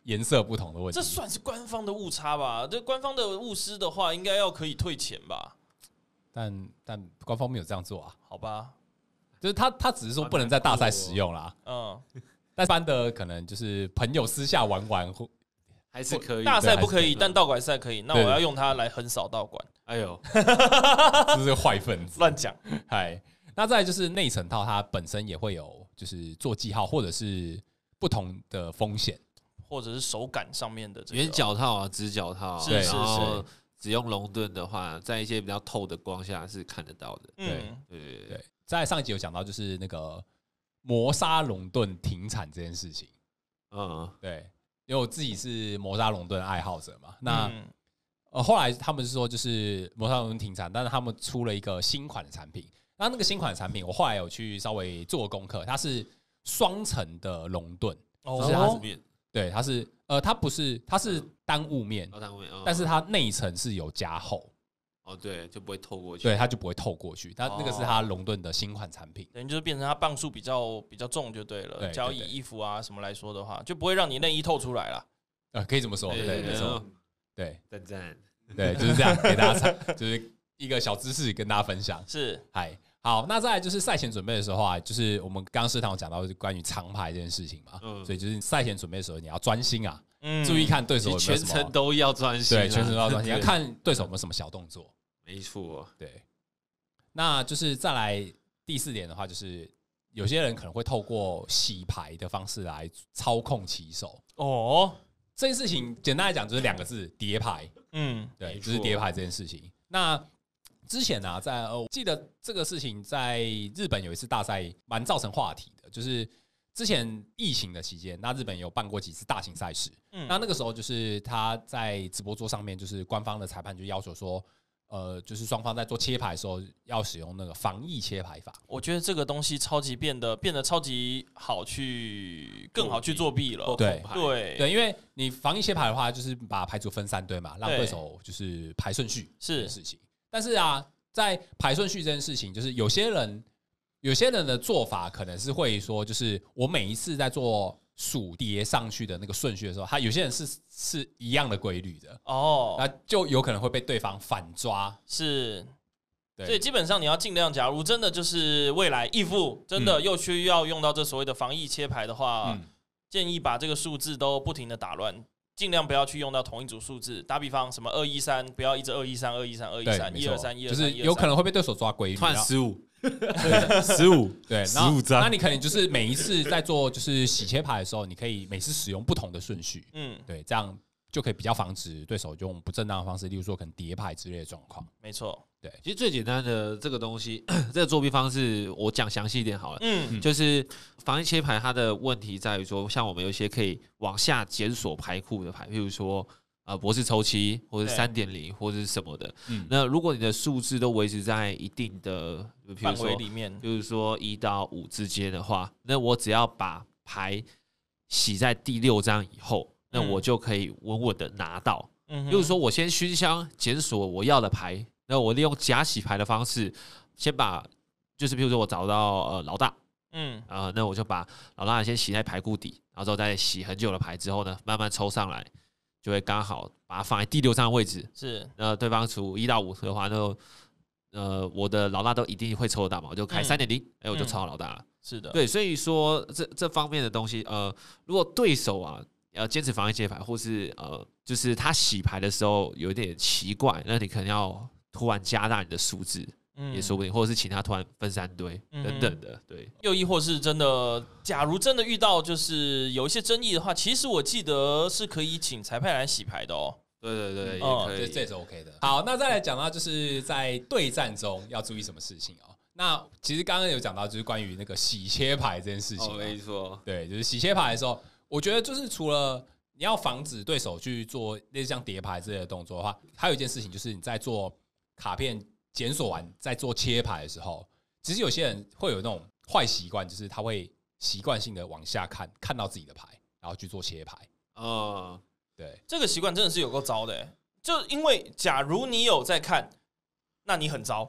颜色不同的问
这
题。
算是官方的误差吧？这官方的误失的话，应该要可以退钱吧？
但但官方没有这样做啊，
好吧，
就是它它只是说不能在大赛使用啦。
嗯，
但一般的可能就是朋友私下玩玩或
还是可以
大赛
对
不可
还
以，
是
但道馆赛可以。那我
对
要用它来横扫道馆，
哎呦，
就是坏分子。
乱讲。
嗨，那再来就是内层套，它本身也会有就是做记号或者是不同的风险。
或者是手感上面的这个
圆脚套啊，直角套啊，
是
然
是
后只用龙盾的话，在一些比较透的光下是看得到的。
嗯，
对对对，
对，在上一集有讲到就是那个磨砂龙盾停产这件事情。
嗯，
对，因为我自己是磨砂龙盾爱好者嘛，那、
嗯
呃后来他们是说就是磨砂龙盾停产，但是他们出了一个新款的产品。那那个新款的产品，我后来有去稍微做功课，它是双层的龙盾，
就是它是
哦，
面，
对，它是呃，它不是，它是单雾面，
哦，它后面，嗯
但是它内层是有加厚，
哦，对，就不会透过去。
对，它就不会透过去。它那个是它龙盾的新款产品，
等于就是变成它磅数比较比较重就对了。
对
只要
对
以
对
衣服啊什么来说的话，就不会让你内衣透出来了。
呃，可以这么说，
对
对，没错，
嗯
对
赞赞。
对，就是这样，给大家参， 就是一个小知识跟大家分享。
是，
嗨，好，那再来就是赛前准备的时候啊，就是我们刚刚食堂有讲到就是关于长牌这件事情嘛，
嗯
所以就是赛前准备的时候你要专心啊，
嗯
注意，看对手
其
有
实
没有
全
什
程
么，
都要专心啊，
对，全程都要专 心，要
对，
看对手有没有什么小动作。
没错，
对，那就是再来第四点的话，就是有些人可能会透过洗牌的方式来操控骑手。
哦，
这件事情简单来讲就是两个字：叠牌。
嗯，
对，
没
就是
错
叠牌这件事情。那之前啊，在呃，我记得这个事情在日本有一次大赛，蛮造成话题的，就是之前疫情的期间，那日本有办过几次大型赛事，
嗯
那那个时候就是他在直播桌上面，就是官方的裁判就要求说。呃，就是双方在做切牌的时候，要使用那个防疫切牌法。
我觉得这个东西超级变得变得超级好去更好去作弊了。
对
对
对，因为你防疫切牌的话，就是把牌组分三堆嘛，让
对
对手就是排顺序。的
是
事情。但是啊，在排顺序这件事情，就是有些人有些人的做法可能是会说，就是我每一次在做数叠上去的那个顺序的时候，他有些人是是一样的规律的，
哦，
那就有可能会被对方反抓。
是。
对
所以基本上你要尽量，假如真的就是未来义父真的又需要用到这所谓的防疫切牌的话，
嗯，
建议把这个数字都不停的打乱，尽量不要去用到同一组数字。打比方，什么二一三，不要一直二一三、二一三、二一
对，
三、
没
一
错
二三、一二
就
三，
是有可能会被对手抓规律。
换
然后
十五，十五，
对，然后
15张
那你可能就是每一次在做就是洗切牌的时候，你可以每次使用不同的顺序，
嗯，
对，这样就可以比较防止对手用不正当的方式，例如说可能叠牌之类的状况。
没错，
其实最简单的这个东西， 这个作弊方式，我讲详细一点好了。
嗯，
就是防疫切牌，它的问题在于说，像我们有一些可以往下检索牌库的牌，譬如说呃博士抽七，或者
对
三点零，或者是什么的。
嗯
那如果你的数字都维持在一定的，呃比如
范围
说，
里面，
比如说一到五之间的话，那我只要把牌洗在第六张以后，那
嗯
我就可以稳稳的拿到。
嗯哼，
例如说，我先熏香检索我要的牌，那我利用假洗牌的方式，先把就是比如说我找到呃老大
嗯，
啊、呃那我就把老大先洗在牌库底，然后之后再洗很久的牌之后呢，慢慢抽上来，就会刚好把它放在第六张的位置。
是，
那对方除一到五的话，那呃我的老大都一定会抽得到嘛，我就开
嗯
三点零，哎我就
嗯
抽到老大了。
是的，
对，所以说这这方面的东西，呃，如果对手啊，呃，坚持防疫接牌，或是呃，就是他洗牌的时候有一点奇怪，那你可能要突然加大你的数字，
嗯
也说不定，或者是请他突然分三堆、等等
嗯
的，对，
又亦或是真的，假如真的遇到就是有一些争议的话，其实我记得是可以请裁判来洗牌的哦。
对对对，
哦
也可
这这
以。
也是 OK 的。好，那再来讲到就是在对战中要注意什么事情哦。那其实刚刚有讲到就是关于那个洗切牌这件事情、啊
哦，没错，
对，就是洗切牌的时候，我觉得就是除了你要防止对手去做类似像叠牌之类的动作的话，还有一件事情就是你在做卡片检索完在做切牌的时候，其实有些人会有那种坏习惯，就是他会习惯性的往下看，看到自己的牌，然后去做切牌。
哦，
对，
这个习惯真的是有够糟的欸，就因为假如你有在看，那你很糟；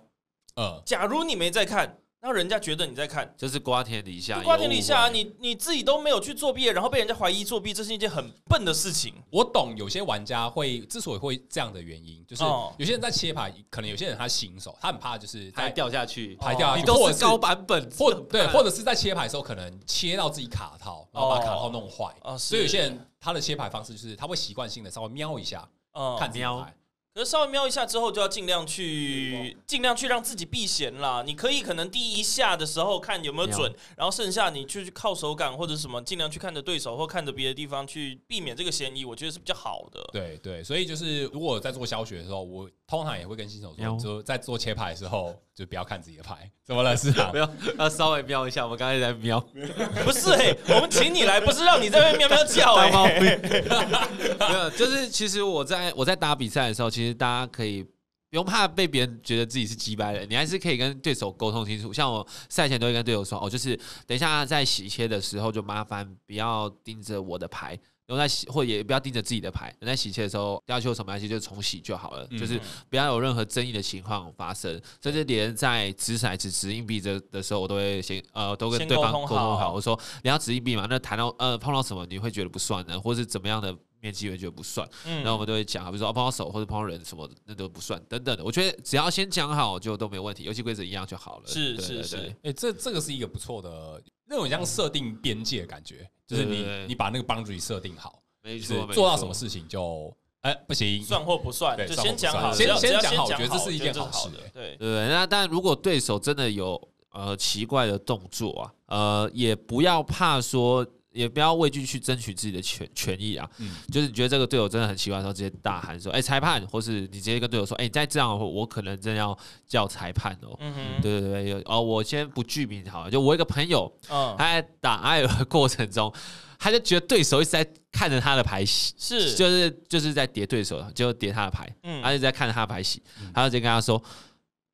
呃，
假如你没在看，那人家觉得你在看，
就是瓜田李下，
就瓜田
有
李
误
下啊，
会
你你自己都没有去作弊，然后被人家怀疑作弊，这是一件很笨的事情。
我懂有些玩家会之所以会这样的原因，就是
哦
有些人在切牌，可能有些人他新手，他很怕就是
还
在
掉下去，
牌掉下去，啊
你
或
都
者
是高版本，
或对，或者是在切牌的时候可能切到自己卡套，然后把
哦
卡套弄坏。
哦，
所以有些
是
人他的切牌方式就是他会习惯性的稍微瞄一下，
哦
嗯
看自己的牌。
可是稍微瞄一下之后，就要尽量去尽量去让自己避嫌啦。你可以可能第一下的时候看有没有准，然后剩下你去靠手感或者什么，尽量去看着对手或看着别的地方去避免这个嫌疑，我觉得是比较好的。
对对，所以就是如果我在做消学的时候，我通常也会跟新手
瞄
说，就在做切牌的时候就不要看自己的牌。怎么了，啊市 长
没？有，要啊稍微瞄一下，我们刚才在瞄，
不是哎、我们请你来不是让你在那边喵喵叫哎、
大猫咪。没有，就是其实我在我在打比赛的时候，其实大家可以不用怕被别人觉得自己是击败人，你还是可以跟对手沟通清楚。像我赛前都会跟队友说，哦，就是等一下在洗切的时候，就麻烦不要盯着我的牌。然后在洗，或也不要盯着自己的牌。在洗切的时候，要求什么东西就重洗就好
嗯
了，就是不要有任何争议的情况发生。甚至连在掷骰子、掷硬币这的时候，我都会先呃，都跟
先
对方
沟通
沟通
好
好，我说你要掷硬币嘛，那谈到呃碰到什么你会觉得不算呢，或是怎么样的面积你会觉得不算，
嗯
然后我们都会讲，比如说、哦碰到手或者碰到人什么的，那都不算等等的。我觉得只要先讲好就都没问题，游戏规则一样就好了。
是
对
是，
对
是
对，
哎、这这个是一个不错的，那种像设定边界的感觉，就是
对
你
对对
你把那个 boundary 设定好，
没
就是
错，没
做到
错
什么事情就哎、不行，
算或不算，
对
就
算或
先
不
讲
算
好，
先
只要
先
只要
讲
先
好
讲
我觉得这是一件
好
好
的
事。
对，
对，那但如果对手真的有呃奇怪的动作啊，呃，也不要怕说，也不要畏惧去争取自己的权权益啊。
嗯
就是你觉得这个队友真的很奇怪的时候，直接大喊说：“哎、裁判！”或是你直接跟队友说：“哎、你再这样的话，我可能真的要叫裁判哦。
嗯哼，
对对对，有哦，我先不具名好了。就我一个朋友，
嗯，
他在打艾尔的过程中，他就觉得对手一直在看着他的牌洗，
是，
就是就是在叠对手，就叠他的牌，
嗯
他一直在看着他的牌洗
嗯，
他就直接跟他说：“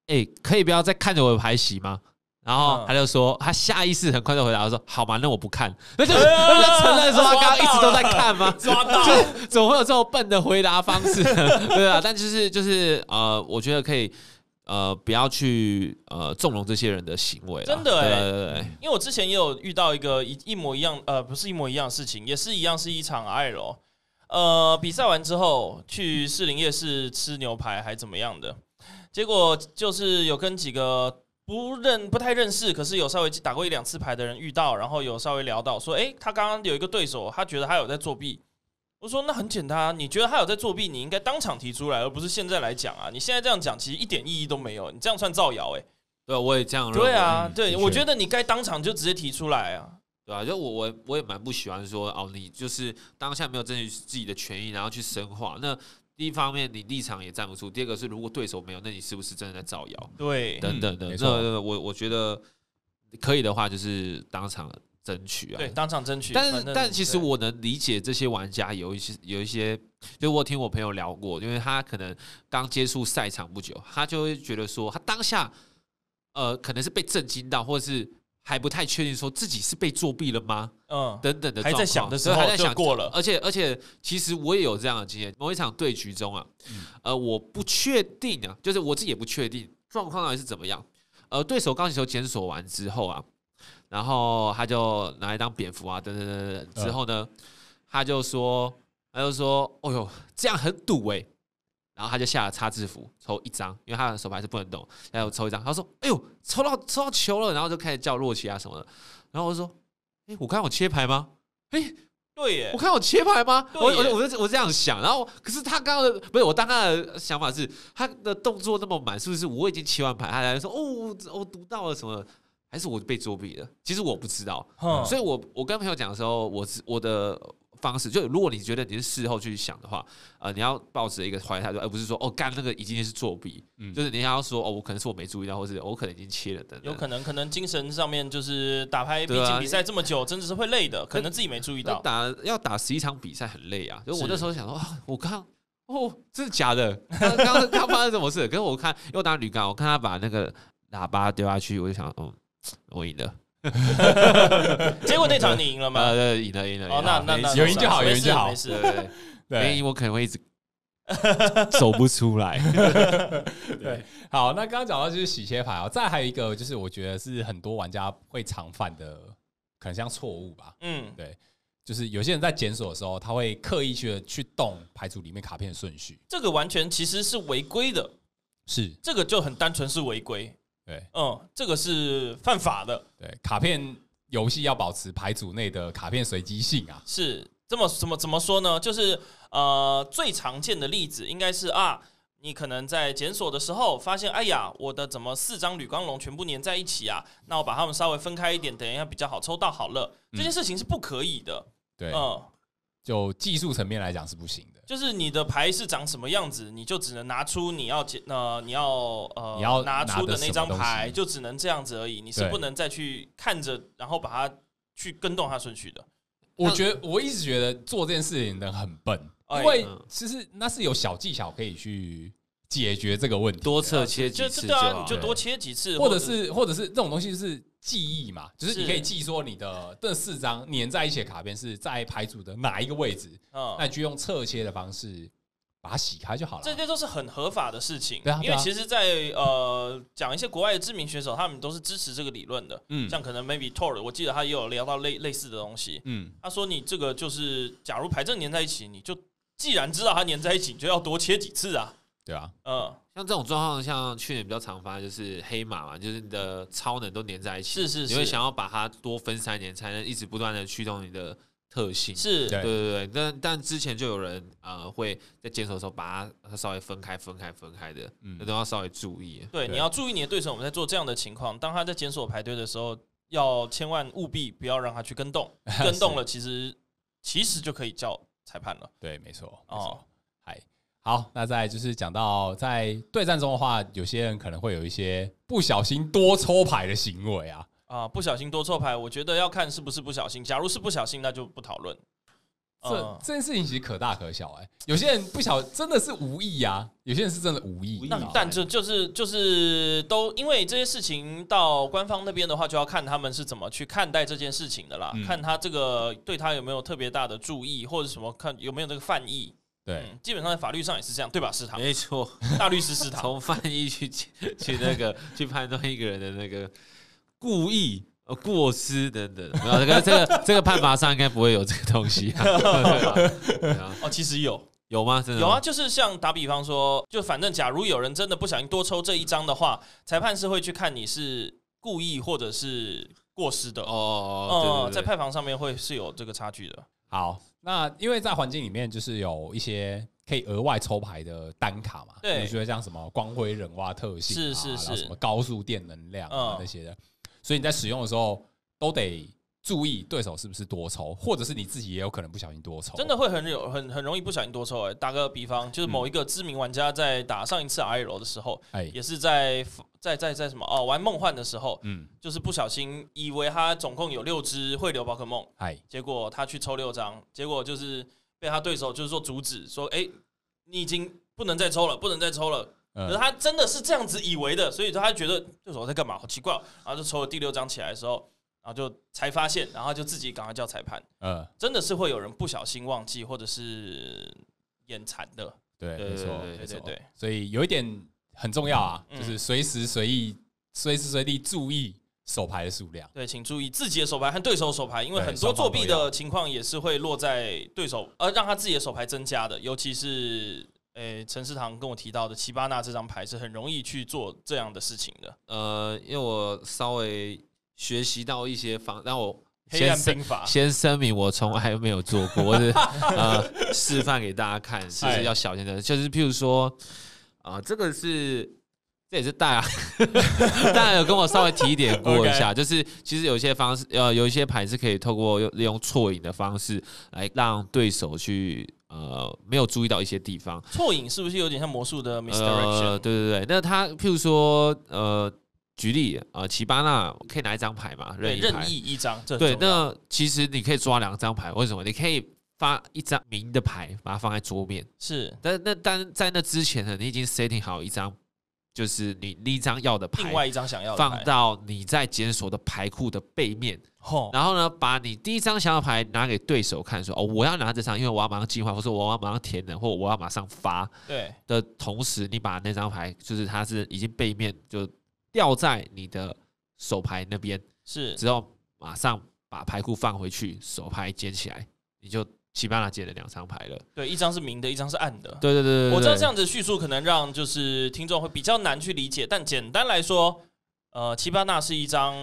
哎、可以不要再看着我的牌洗吗？”然后
嗯
他就说，他下意识很快就回答说：“好嘛，那我不看。”那就
哎呀
那就承认说他刚刚一直都在看吗？
抓到 了，
就怎么会有这么笨的回答方式？ 对啊，但就是就是呃，我觉得可以呃，不要去呃纵容这些人的行为啦。
真的欸
对啊对对对，
因为我之前也有遇到一个一一模一样，呃，不是一模一样的事情，也是一样是一场 IL，呃，比赛完之后去士林夜市吃牛排还怎么样的，结果就是有跟几个不认不太认识，可是有稍微打过一两次牌的人遇到，然后有稍微聊到说，诶，他刚刚有一个对手，他觉得他有在作弊。我说那很简单啊，你觉得他有在作弊，你应该当场提出来，而不是现在来讲啊。你现在这样讲，其实一点意义都没有，你这样算造谣诶。欸
对我也这样认为。
对啊，
嗯
对，
的
我
确
觉得你该当场就直接提出来啊。
对啊，就我我我也蛮不喜欢说哦，你就是当下没有争取自己的权益，然后去深化。那第一方面，你立场也站不住；第二个是，如果对手没有，那你是不是真的在造谣？
对，
等等等
嗯没
等。
错
那我我觉得可以的话，就是当场争取啊。
对，当场争取。
但
反
是
正
但其实
对
我能理解这些玩家有一些有一些，就我听我朋友聊过，因为他可能刚接触赛场不久，他就会觉得说，他当下呃可能是被震惊到，或者是还不太确定说自己是被作弊了吗？
嗯，
等等的
还在
状况
想的时
对
候
还在
就
想
过了
而且而且，其实我也有这样的经验。某一场对局中啊，
嗯
呃，我不确定啊，就是我自己也不确定状况到底是怎么样。呃，对手钢琴手检索完之后啊，然后他就拿来当蝙蝠啊，等等等等
嗯
等。之后呢，他就说，他就说，哦呦，这样很赌哎、然后他就下了叉字符，抽一张，因为他的手牌是不能动，他就抽一张。他说：“哎呦，抽到抽到球了！”然后就开始叫洛奇啊什么的。然后我就说：“哎、我看我切牌吗？
对
我
耶，
看我切牌吗？
对
我我
耶
就我就我这样想，然后可是他刚刚的不是我当刚的想法是他的动作那么满，是不是我已经切完牌，他来说哦我我读到了什么，还是我被作弊了？其实我不知道，
哼
所以我我跟朋友讲的时候，我是我的方式，就如果你觉得你是事后去想的话，呃，你要抱持一个怀疑态度，而不是说哦干那个已经是作弊，
嗯
就是你要说哦我可能是我没注意到，或是我可能已经切了等等，
有可能可能精神上面就是打牌，毕
对啊
竟比赛这么久，真的是会累的，可能自己没注意
要
到。
打要打十一场比赛很累啊，就是我那时候想说啊，我刚哦，真的假的？刚刚刚发生什么事？可是我看又打铝杆，我看他把那个喇叭丢下去，我就想，嗯，我赢了，
结果那场你赢了
呃，
吗？
对赢了，赢了，
哦，那那
没
那
事
有赢就好
没事
有赢就好
没事
对。对对，没
对
赢我可能会一直走不出 来。
对，好，那刚刚讲到就是洗切牌哦，再还有一个就是我觉得是很多玩家会常犯的，可能像错误吧，
嗯，
就是有些人在检索的时候，他会刻意去地去动牌组里面卡片的顺序，
这个完全其实是违规的，
是
这个就很单纯是违规。
对
嗯，这个是犯法的，
对，卡片游戏要保持牌组内的卡片随机性啊，
是这么怎么怎么说呢？就是呃，最常见的例子应该是啊，你可能在检索的时候发现，哎呀，我的怎么四张铝钢龙全部粘在一起啊？那我把它们稍微分开一点，等一下比较好抽到好了。
嗯
这件事情是不可以的，
对
嗯、，
就技术层面来讲是不行的，
就是你的牌是长什么样子，你就只能拿出你要检呃你要呃
你要
拿出
拿的
那张
什么东西
牌，就只能这样子而已，你是
对
不能再去看着，然后把它去跟动它顺序的。
我觉得我一直觉得做这件事情的人很笨，
哎
因为
嗯
其实那是有小技巧可以去解决这个问题，
多侧切几
就
次
就
就
对啊，
好
你就
了
多切几次，
或者是或者是这种东西就是记忆嘛，就是你
是
可以记说你的这四张粘在一起的卡片是在牌组的哪一个位置，
嗯
那你就用侧切的方式把它洗开就好了。啊
这些都是很合法的事情。
对啊
因
对
为
啊
其实在，呃讲一些国外的知名选手，他们都是支持这个理论的。
嗯
像可能 maybe Tor，我记得他也有聊到类类似的东西。
嗯，
他说你这个就是，假如牌阵粘在一起，你就既然知道它粘在一起，你就要多切几次啊。
对啊，
嗯，
像这种状况，像去年比较常发生就是黑马嘛，就是你的超能都粘在一起，
是是是，
你会想要把它多分三年，才能一直不断的驱动你的特性。
是
对
对
对对，但但之前就有人呃会在坚守的时候把它稍微分开、分开、分开的，
嗯
那都要稍微注意。
对，
对
你要注意你的对手。我们在做这样的情况，当他在检索排队的时候，要千万务必不要让他去跟动，跟动了其实其实就可以叫裁判了。
对，没错。
哦
哦，嗨，好，那再来就是讲到在对战中的话，有些人可能会有一些不小心多抽牌的行为啊。
啊，不小心多抽牌，我觉得要看是不是不小心。假如是不小心，那就不讨论。
这、
呃
这件事情其实可大可小哎、有些人不小真的是无意啊，有些人是真的无意。
无
你知
意
那
道吗
但这就是就是都因为这些事情到官方那边的话，就要看他们是怎么去看待这件事情的啦，
嗯
看他这个对他有没有特别大的注意，或者什么看有没有这个犯意。
对
嗯，基本上在法律上也是这样，对吧？食堂
没错，
大律师食 堂，
从翻译去去那个 去判断一个人的那个故意、呃过失等等，没有这个这个这个判罚上应该不会有这个东西、啊对吧对啊，
哦，其实有
有吗？
嗯
真的
有
吗
啊，，就是像打比方说，就反正假如有人真的不小心多抽这一张的话，裁判是会去看你是故意或者是过失的。
哦
哦，
哦，哦对
在
对对，
派房上面会是有这个差距的。
好，那因为在环境里面就是有一些可以额外抽牌的单卡嘛，
对
比如说像什么光辉忍蛙特性、
是
啊，
是是
然后什么高速电能量啊
嗯
那些的，所以你在使用的时候都得注意对手是不是多抽，或者是你自己也有可能不小心多
哦
抽，
真的会很有很很容易不小心多抽哎、打个比方，
嗯
就是某一个知名玩家在打上一次 RL 的时候，
哎，
嗯
也是在在在在什么哦玩梦幻的时候，
嗯，
就是不小心以为他总共有六只会流宝可梦，
哎，
结果他去抽六张，结果就是被他对手就是说阻止，说哎、你已经不能再抽了，不能再抽了。
嗯
可是
呃，
他真的是这样子以为的，所以他觉得对手在干嘛，好奇怪哦、然后就抽了第六张起来的时候，然后就才发现，然后就自己赶快叫裁判。
呃，
真的是会有人不小心忘记或者是眼馋的，
对，
对
没错，
对
对
没错
对对，
所以有一点很重要啊，
嗯
就是随时随意、随时随地注意手牌的数量。
对，请注意自己的手牌和对手手牌，因为
对
很多作弊
双方都
的情况也是会落在对手，呃，让他自己的手牌增加的，尤其是。诶，陈世堂跟我提到的齐巴纳这张牌是很容易去做这样的事情的，
呃，因为我稍微学习到一些方，让我
黑
先
暗
声
兵法。
啊先声明，我从来没有做过， 我是呃示范给大家看，就
哎
是要小心的，就是譬如说啊、这个是。这也是大家， 大家有跟我稍微提点过一下，就是其实有一些方式，呃，有一些牌是可以透过用利用错引的方式来让对手去呃没有注意到一些地方，
错影是不是有点像魔术的
呃，
misdirection？
对对对，那他譬如说，呃，举例，呃，奇巴纳可以拿一张牌嘛，
对，
意
任
牌
意。一张，这很
对，
重要
那其实你可以抓两张牌，为什么？你可以发一张明的牌，把它放在桌面。
是
但那但在那之前呢，你已经 setting 好一张，就是你那张要的牌
另，外一张想要的
放
牌
到你在检索的牌库的背面。
吼
然后呢，把你第一张想要的牌拿给对手看，说哦，我要拿这张，因为我要马上计划，或者我要马上填的，或者我要马上发。
对
的同时，你把那张牌，就是它是已经背面就掉在你的手牌那边，
是
之后马上把牌库放回去，手牌捡起来，你就奇巴拉捡了两张牌了。
对，一张是明的，一张是暗的。
对对对对
我知道这样子叙述可能让就是听众会比较难去理解，但简单来说，呃，奇巴纳是一张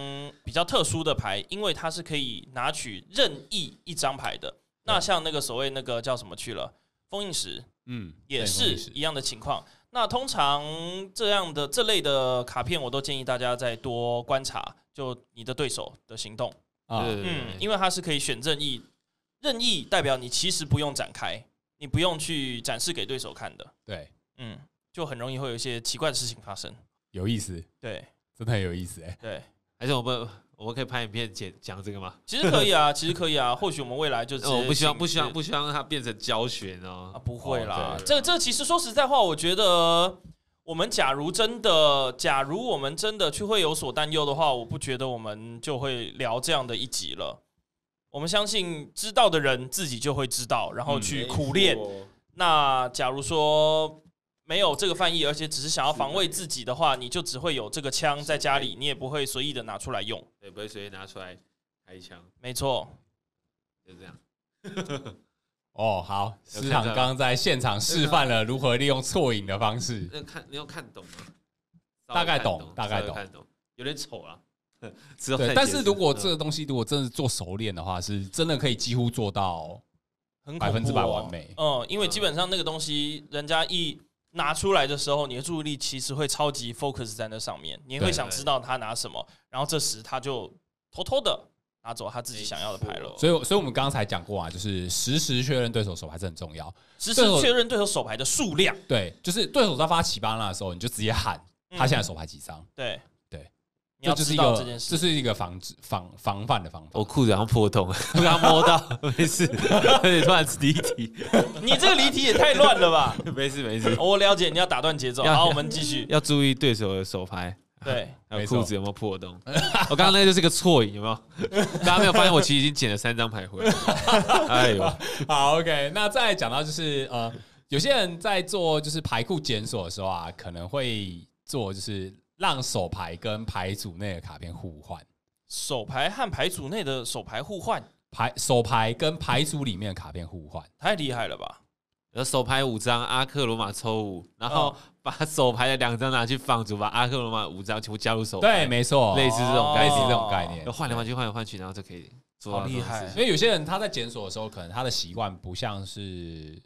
比较特殊的牌，因为它是可以拿取任意一张牌的。那像那个所谓那个叫什么去了，封印石
嗯，
也
对
是一样的情况。那通常这样的这类的卡片，我都建议大家再多观察，就你的对手的行动，
啊，
对对对
嗯，因为它是可以选任意，任意代表你其实不用展开，你不用去展示给对手看的。
对，
嗯，就很容易会有一些奇怪的事情发生。
有意思，
对
真的很有意思哎。
对，
还是我们我们可以拍影片讲讲这个吗？哦
其实可以啊，其实可以啊。或许我们未来就直接
呃我不希望
请
不希望不希望让它变成教学，你知道
啊，
吗？
不会啦
哦。对
这个这个其实说实在话，我觉得我们假如真的，假如我们真的去会有所担忧的话，我不觉得我们就会聊这样的一集了。我们相信知道的人自己就会知道，然后
嗯
去苦练。那假如说没有这个翻译，而且只是想要防卫自己的话，你就只会有这个枪在家里，你也不会随意的拿出来用。
对，不会随便拿出来开枪，
没错，
就这样。
哦，好，
有
师堂
看到
刚刚在现场示范了如何利用错影 的方式。
那看你要看懂吗？
大概
稍微看
懂大概
稍微
懂
看懂，有点丑啊。 之后再
对，
解释。
但是如果
嗯
这个东西如果真的做熟练的话，是真的可以几乎做到
很恐怖
百
哦
分之百完。美。
嗯，因为基本上那个东西，人家一拿出来的时候，你的注意力其实会超级 focus 在那上面，你也会
对
想知道他拿什么，然后这时他就偷偷的拿走他自己想要的牌
没
了
错。
所以，所以我们刚才讲过啊，就是实时确认对手手牌是很重要。
实时确认对手手牌的数量。
对，就是对手在发起巴拉的时候，你就直接喊
嗯
他现在手牌几张，
对
对，
你要
这就是
知
一
道
个
这件
这
事。
是一个防止防防范的方法
我。裤子好像破洞， 被他摸到， 没事，突然离题，
你这个离题也太乱了 吧！哦
没事没事，
我了解你要打断节奏，
要
好，我们继续。
要注意对手的手牌，
对，
还有
没错
裤子有没有破洞。 我刚刚那个就是个错影，有没有？ 大家没有发现我其实已经捡了三张牌回来了。哎呦，
好，OK，那再讲到就是呃，有些人在做就是牌库检索的时候啊，可能会做就是让手牌跟牌组内的卡片互换，
手牌和牌组内的手牌互换，
牌手牌跟牌组里面的卡片互换。
太厉害了吧？
然后手牌五张，阿克罗马抽五，然后把手牌的两张拿去放逐，把阿克罗马五张全部加入手牌，
对，没错，哦
类似这种概
类
念
似这种概念
要。换来换去，换来换去，然后就可以做
好
到这
厉
种事情。
害！
因为有些人他在检索的时候，可能他的习惯不像是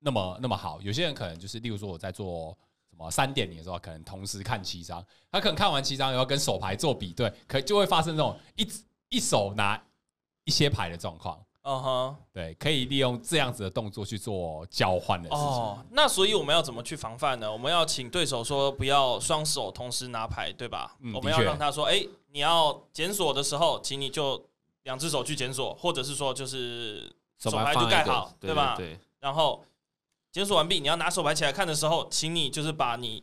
那么那么好。有些人可能就是，例如说我在做什么三点零的时候，可能同时看七张，他可能看完七张，然后跟手牌做比对，可就会发生这种一一手拿一些牌的状况。
嗯哼，
对，可以利用这样子的动作去做交换的事情。
哦，那所以我们要怎么去防范呢？我们要请对手说不要双手同时拿牌，对吧？
嗯
我们要
的确
让他说，哎、你要检索的时候，请你就两只手去检索，或者是说就是
手
手牌
放
就
一
盖
个
好
对
对吧
对，
然后检索完毕，你要拿手牌起来看的时候，请你就是把你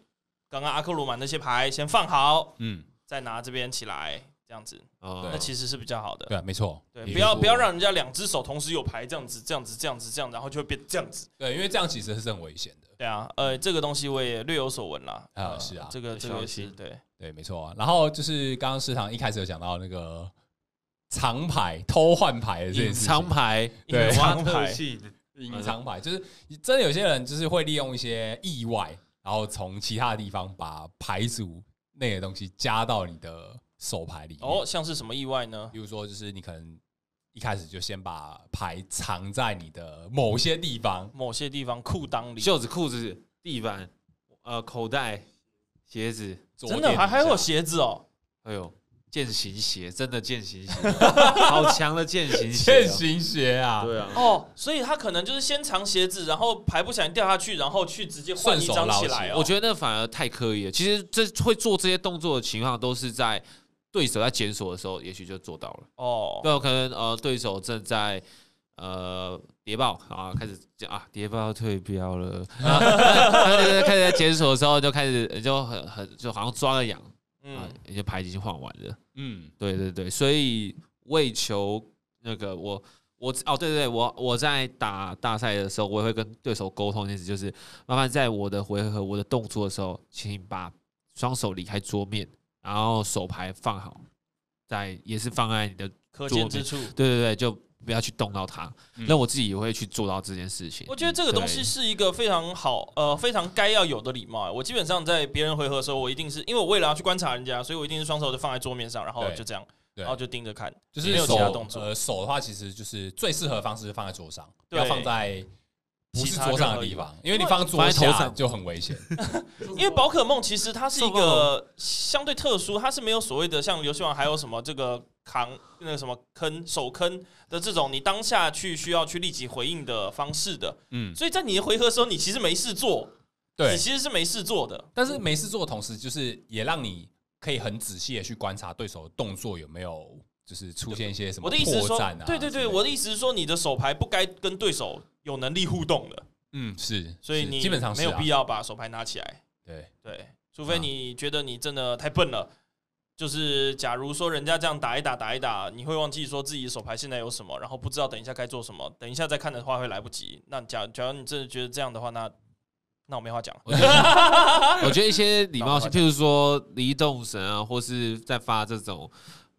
刚刚阿克鲁曼那些牌先放好，
嗯，
再拿这边起来，这样子，
哦
对
那其实是比较好的。
对，没错，
对，
也
不要
就是
不要让人家两只手同时有牌，这样子，这样子，这样子，这样，然后就会变这样子。
对，因为这样其实是很危险的。
对啊，呃，这个东西我也略有所闻啦。
啊
呃
是啊
这个
很
这个
小
是
心
对，
对，没错。啊然后就是刚刚食堂一开始有讲到那个藏牌偷换牌的这件
隐
事
嗯
情
藏牌，
对
隐藏
隐藏牌
特性
隐藏牌，就是真的有些人就是会利用一些意外，然后从其他地方把牌组内的东西加到你的手牌里面。
哦，像是什么意外呢？
比如说就是你可能一开始就先把牌藏在你的某些地方，
某些地方裤裆里，
袖子、裤子、地板、呃口袋、鞋子，
左
真
点
的
一
还还有
下
鞋子哦，
哎呦，践行鞋，真的践行鞋，好强的践行鞋、哦
践行鞋啊，
对啊，
哦，所以他可能就是先藏鞋子，然后牌不小心掉下去，然后去直接换
顺
一
手
张
捞
起
起
来哦。
我觉得那反而太刻意了。其实这会做这些动作的情况，都是在对手在检索的时候，也许就做到了。
哦，
对，可能呃，对手正在呃谍报啊，开始讲啊，谍报退标 了，然后开始在检索的时候就开始就很很就好像抓了痒啊
嗯，，
就牌已经换完了。
嗯，
对对对，所以为求那个我我哦对对对，我我在打大赛的时候，我也会跟对手沟通一件事，就是慢慢在我的回合我的动作的时候，请把双手离开桌面，然后手牌放好，在也是放在你的
可见之处。
对对对，就不要去动到它。那我自己也会去做到这件事情。
嗯我觉得这个东西
对
是一个非常好，呃，非常该要有的礼貌。欸我基本上在别人回合的时候，我一定是因为我为了要去观察人家，所以我一定是双手就放在桌面上，然后
对
就这样，
对
然后就盯着看。
就
没
是
有其他
手
动作
呃手的话，其实就是最适合的方式是放在桌上，不
对
要放在不是桌上的地方，因为你放在
放
桌
在头
下
上
就很危 险。
因为宝可梦其实它是一个相对特殊，它是没有所谓的像游戏王还有什么这个扛那个什么坑手坑的这种，你当下去需要去立即回应的方式的。
嗯，
所以在你的回合的时候，你其实没事做，
对
你，其实是没事做的。
但是没事做的同时，就是也让你可以很仔细的去观察对手的动作有没有，就是出现一些什么
我的意思是
破
说
绽啊。，
对对对，我的意思是说，你的手牌不该跟对手有能力互动的，
嗯是，
所以
是
你
基本上是啊
没有必
要。
要把手牌拿起来。
对，
对，除非你觉得你真的太笨了。就是假如说人家这样打一打打一打，你会忘记说自己手牌现在有什么，然后不知道等一下该做什么，等一下再看的话会来不及。那假假如你真的觉得这样的话，那那我没话讲。
嗯我觉得一些礼貌性，
那我
譬如说移动神啊，或是在发这种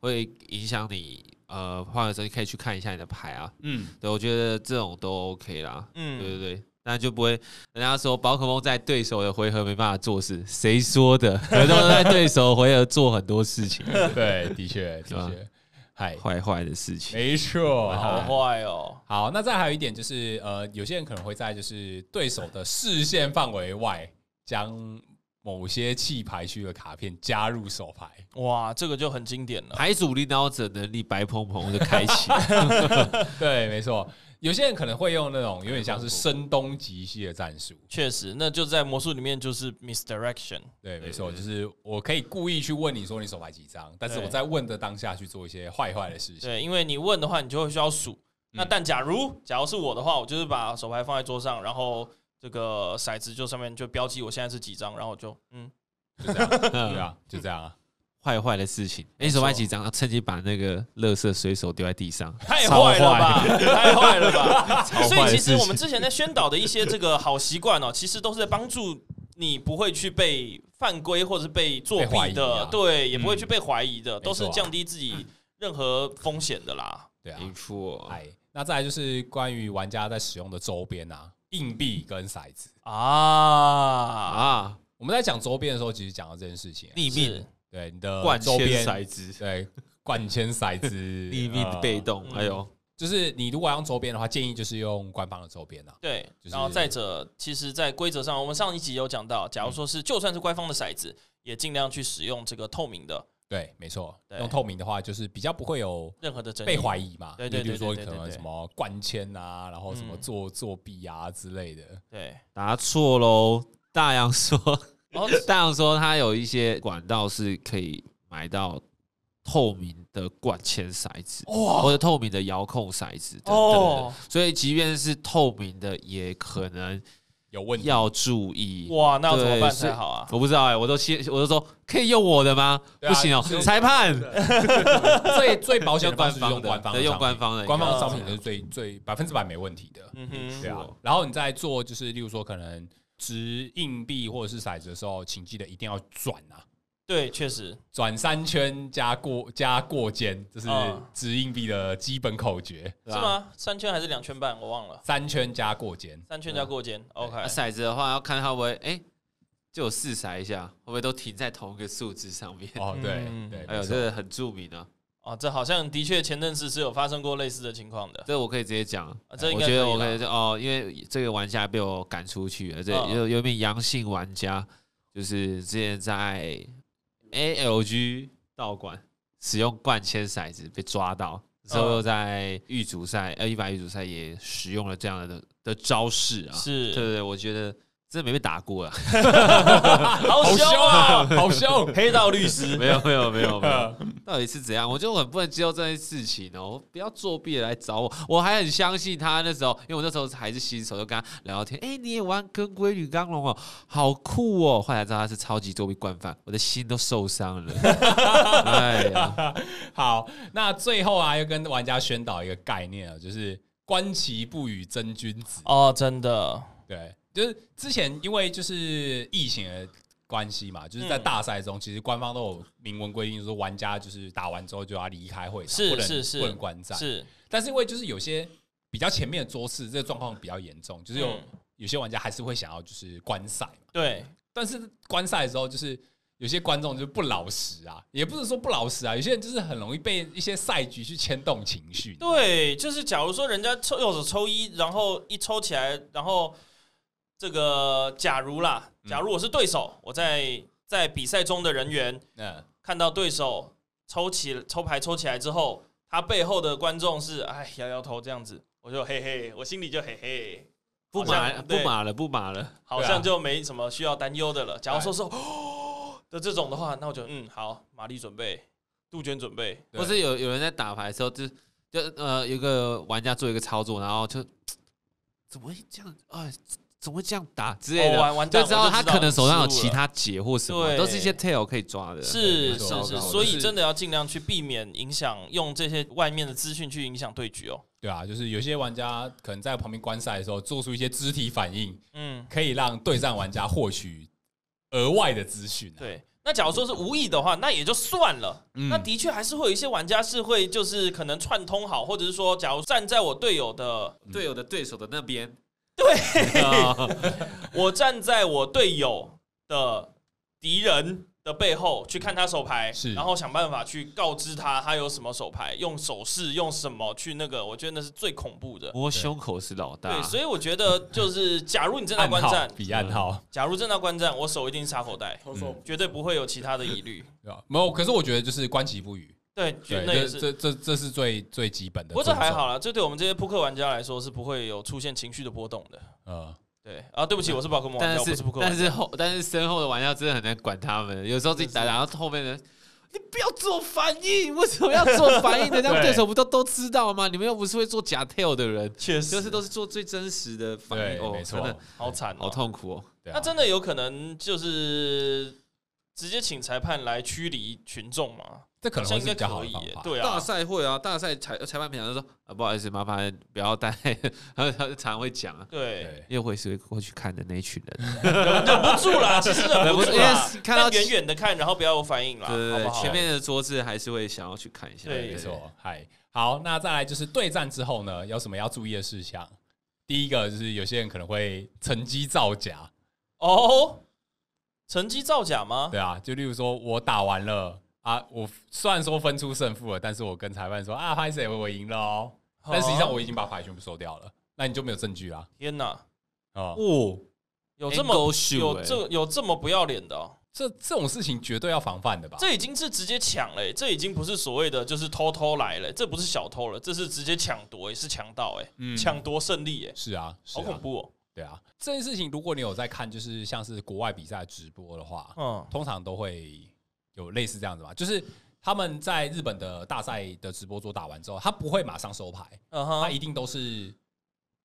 会影响你呃换的时候，你可以去看一下你的牌啊。
嗯，
对，我觉得这种都 OK 啦。对
嗯，
对对，那就不会人家说宝可梦在对手的回合没办法做事，谁说的？ 很多人在对手回合做很多事情，
对，的确，
是吧
的确，嗨，
坏坏的事情。
没错，
好坏哦，
好，那再还有一点就是，呃，有些人可能会在就是对手的视线范围外，将某些弃牌区的卡片加入手牌。
哇，这个就很经典了。
牌组领导者能力白蓬蓬的开启，
对，没错，有些人可能会用那种有点像是声东击西的战术。
确实，那就在魔术里面就是 misdirection，
对，没错，就是我可以故意去问你说你手牌几张，但是
对
我在问的当下去做一些坏坏的事情。
对，因为你问的话，你就会需要数。那但假如假如是我的话，我就是把手牌放在桌上，然后这个骰子就上面就标记我现在是几张，然后我就嗯，
就这样，对
嗯
啊，就这样啊。
坏坏的事情。哎你手牌几张？啊趁机把那个垃圾随手丢在地上，
太
超
坏了吧， 太坏了 吧。
超坏的
所以其实
事情
我们之前在宣导的一些这个好习惯哦，其实都是在帮助你不会去被犯规或者是被作
被怀
弊
疑
的，
啊
对，也不会
嗯
去被怀疑的，都是
没错啊
降低自己任何风险的啦。
对啊，
没错，
哎，那再来就是关于玩家在使用的周边啊，硬币跟骰子。
啊，
啊，
我们在讲周边的时候，其实讲到这件事情、啊
逆
是
命
对你的
灌
呃周边呃
铅骰子，
对灌签骰子逆
逆命被，动，哎
嗯
还有
就是你如果要用周边的话，建议就是用官方的周边啊。
对，
就是
然后再者，其实，在规则上，我们上一集有讲到，假如说
嗯
是就算是官方的骰子，也尽量去使用这个透明的，
对，没错，
对
用透明的话，就是比较不会有
任何的争议
被怀疑嘛。
对
就
对
比如
对
说
对对
可能
对
什么灌签啊，然后什么
嗯
作作弊啊之类的。
对，
答错喽。大洋说，
然后
大洋说他有一些管道是可以买到透明的灌铅骰子，
哇
或者透明的遥控骰子等等
哦
的，所以即便是透明的，也可能
有问题，
要注意。
哇，那要怎么
对
办
所以
才好啊？
我不知道哎、我都先我都说可以用我的吗？
对啊
不行哦、
就是
裁判
最最保险的方式就是
用
用
官方
官方
的，
的商品，
用官方的，
官方的
应该
商品是最最百分之百没问题的。
嗯哼，
对啊
是哦，
然后你在做就是例如说可能掷硬币或者是骰子的时候，请记得一定要转啊，
对，确实，
转三圈加过加过肩，这是
嗯
掷硬币的基本口诀。
是？吗？三圈还是两圈半？我忘了，
三圈加过肩，
三圈加过肩。OK，
那啊骰子的话，要看它会不会哎、就有试骰一下，会不会都停在同一个数字上面？
哦，对
嗯
对，
哎呦，
没
这
错，
个很著名啊，
哦，这好像的确前阵子是有发生过类似的情况的。
这我可以直接讲。
啊这应
我
该
觉得
可以
我可
啦
以就哦，因为这个玩家被我赶出去了，这
嗯
有有一名阳性玩家，就是之前在 ALG 道馆使用灌铅骰子被抓到，之后又在预组赛呃一百预组赛也使用了这样的的招式啊。对对
是，
对，我觉得真的没被打过啊，
好凶 啊！
好凶！
黑道律 师，
没有没有没有没有， 到底是怎样？我就很不能接受这件事情哦！不要作弊地来找我，我还很相信他那时候，因为我那时候还是新手，就跟他聊天。哎、你也玩跟龟女钢龙哦，好酷哦！后来知道他是超级作弊惯犯，我的心都受伤了。 哎呀，
好，那最后啊，要跟玩家宣导一个概念啊，就是观其不语真君子。
哦，真的，
对，就是之前因为就是疫情的关系嘛，就是在
嗯
大赛中，其实官方都有明文规定，就是玩家就是打完之后就要离开会场，
是
不能
是是
不能观战。
是
但是因为就是有些比较前面的桌次，这个状况比较严重，就是有、
嗯
有些玩家还是会想要就是观赛嘛，
对，
但是观赛的时候就是。有些观众就是不老实啊，也不是说不老实啊，有些人就是很容易被一些赛局去牵动情绪。
对，就是假如说人家抽右手抽一，然后一抽起来，然后这个假如啦，
嗯
假如我是对手，我在在比赛中的人员
嗯，
看到对手抽起抽牌抽起来之后，他背后的观众是哎摇摇头这样子，我就嘿嘿，我心里就嘿嘿，
不
好
马
像
不
对
马了，不马了。
好
对啊
像就没什么需要担忧的了。
哎
假如说是哦的这种的话，那我就嗯好，玛丽准备，杜鹃准备，
对
或是有有人在打牌的时候就，就呃，有一个玩家做一个操作，然后就怎么会这样啊、怎么会这样打之类的，
哦完完蛋
就知道
我就
他
知道
可能手上有
失误了
其他解或什么，
对
都是一些 tail 可以抓的。
是
没错
是
糟
是，
糕
所
就
以
是
真的要尽量去避免影响，用这些外面的资讯去影响对局哦。
对啊，就是有些玩家可能在旁边观赛的时候做出一些肢体反应，
嗯，
可以让对战玩家获取额外的资讯、啊。
对。那假如说是无意的话，那也就算了。
嗯
那的确还是会有一些玩家是会
嗯
就是可能串通好，或者是说，假如站在我队友的
队友的对手的那边， 哦
我站在我队友的敌人的背后去看他手牌，
是
然后想办法去告知他他有什么手牌，用手势用什么去那个，我觉得那是最恐怖的。
我胸口是老大
对，，所以我觉得 就是，假如你正在
暗
观
号
战，
比暗号，
假如正在观战，我手一定插口袋，
投
嗯
手
绝对不会有其他的疑虑。
对啊吧？没有，可是我觉得就是观其不语，
对，
对，
那也
这
是。
这这这是最最基本的。
不过这还，好啦，这对我们这些扑克玩家来说是不会有出现情绪的波动的。
呃，
对啊，对不起，我是宝可梦玩
但
家，我不
是
是扑克玩
但
家。
是后但是身后的玩家真的很难管他们，有时候自己打打到后面的人。你不要做反应，为什么要做反应？人家
对
对手不都都知道吗？你们又不是会做假 tail 的人，
确实，
就是都是做最真实的反
对
应。哦，
没
真
错
的，
好惨、哦，
好痛苦哦。
对啊
那真的有可能就是直接请裁判来驱离群众吗？
这可
好
能
像
会
应该
是比较好
可
的
以
方
耶
法。，
对
大
啊，
赛会啊，大赛裁裁判平常就说啊，不好意思，麻烦不要带， 他他常会讲啊，
对，
对，
因为我也是会过去看的那一群 人，
忍不住啦，其实忍哎不
忍不
住
住因为
啦，
看到
但远远的看，然后不要有反应啦，
对对
好
对
不好？
前面的桌子还是会想要去看一下，
对
没错。嗨，好，那再来就是对战之后呢，有什么要注意的事项？第一个就是有些人可能会成绩造假，
哦，成绩造假吗？
对啊，就例如说我打完了啊，我虽然说分出胜负了，但是我跟裁判说啊，拍谁我赢了哦，但实际上我已经把牌全部收掉了，那你就没有证据啦。
天哪，
啊、
哦，
有这么
Angle shoot，
有
欸
这有这么不要脸的、哦？
这这种事情绝对要防范的吧？
这已经是直接抢了欸、这已经不是所谓的就是偷偷来了欸、这不是小偷了，这是直接抢夺、欸，是强盗、欸，
嗯
抢夺胜利、欸，
是啊，是
好
啊
恐怖哦、
对啊，这件事情如果你有在看，就是像是国外比赛直播的话，
嗯，
通常都会有类似这样子吧，就是他们在日本的大赛的直播桌打完之后，他不会马上收牌，
嗯哼
他一定都是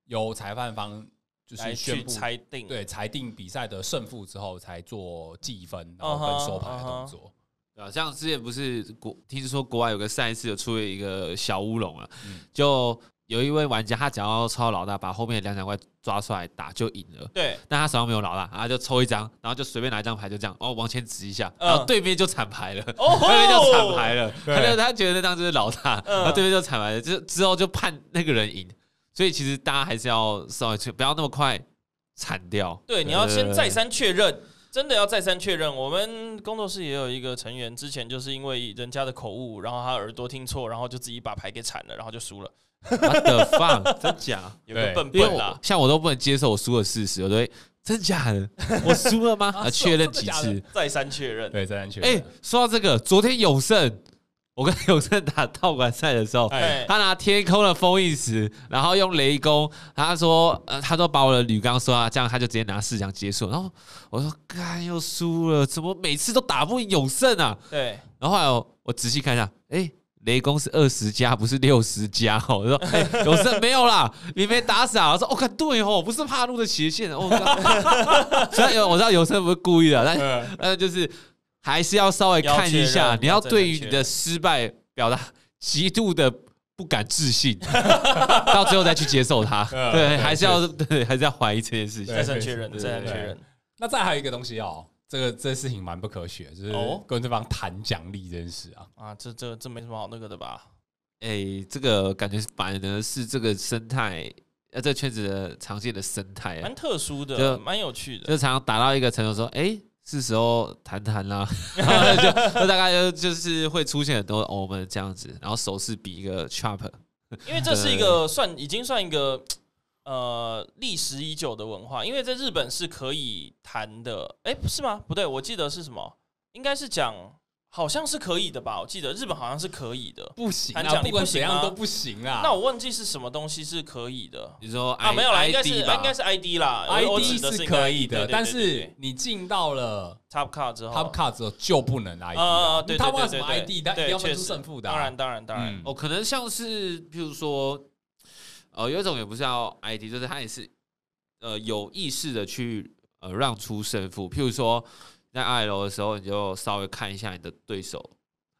由裁判方就
来
是宣
去
布
裁定。
对裁定比赛的胜负之后才做计分，然后跟收牌的动作。
对啊，像之前不是国听说国外有个赛事有出了一个小乌龙啊，
嗯
就有一位玩家他只要抄老大，把后面的两两块抓出来打就赢了。
对，
但他手上没有老大，然后就抽一张，然后就随便拿一张牌，就这样哦往前指一下，
嗯
然后对面就铲牌了，
哦吼
对面就铲牌了，
对
他就他觉得那张就是老大，
嗯
然后对面就铲牌了，之之后就判那个人赢，所以其实大家还是要稍微去不要那么快铲掉，
对，你
呃
要先
对
再三确认，真的要再三确认。我们工作室也有一个成员，之前就是因为人家的口误，然后他耳朵听错，然后就自己把牌给铲了，然后就输了，
我的 fuck，真假？
有个
对
笨
因为
笨
我
啦。
像我都不能接受我输的事实，我都会真假的，我输了吗？
啊
啊，
是
确
哦
认
真的
几
假的
次。
再三确认，
对，这安全。
哎、说到这个，昨天永胜，我跟永胜打道馆赛的时候，
哎，
他拿天空的封印石，然后用雷公，他说，呃，他说把我的铝钢刷，这样他就直接拿四强结束。然后我说，干又输了，怎么每次都打不赢永胜啊？
对，
然后后来我我仔细看一下，哎、雷公是二十加，不是六十加哦。我说，哎、有事没有啦，你没打傻。我说，哦，看对哦，不是帕路的斜线哦。干 虽然有我知道有生不是故意的，但
嗯
但就是还是要稍微看一
要确
下
认，
你要对于你的失败表达极度的。不敢置信，到最后再去接受它，
嗯
对，
对
还是要对，还是要怀疑这件事情
对。
再三确认，
对
再三
对
确
对
认。
那再还有一个东西哦，这个这事情蛮不可取的，就是
哦
跟对方谈奖励这件事啊。
啊，这这这没什么好那个的吧？
哎、这个感觉反而是这个生态，呃，这个圈子的常见的生态啊，
蛮特殊的，
就
蛮有趣的。
就常常打到一个程度，说，哎、是时候谈谈 啦，然后就就大概就就是会出现很多哦我们这样子，然后手势比一个 chop，
因为这是一个算已经算一个呃历史已久的文化，因为在日本是可以谈的，哎，不是吗？不对，我记得是什么？应该是讲好像是可以的吧？我记得日本好像是可以的，
不行
谈奖
啊，
励
不管
不行
怎
吗
样都不行啊。
那我忘记是什么东西是可以的
你说 I,
啊？没有啦，应该是
ID 吧，
应该是 ID 啦我我
ID
指的是
是可以
应该对对
的，
对
但
对
是
对
你进到了
Top Card 之后
Top Card 之后就不能 ID
啊
了。
对对
你他忘了什
对
么
对
ID，他一定
对
要分
确
出
实
胜负的啊。
当然当然当然
嗯，
哦，可能像是譬如说，呃，有一种也不是要 ID，就是他也是呃有意识的去呃让出胜负，譬如说在二楼的时候，你就稍微看一下你的对手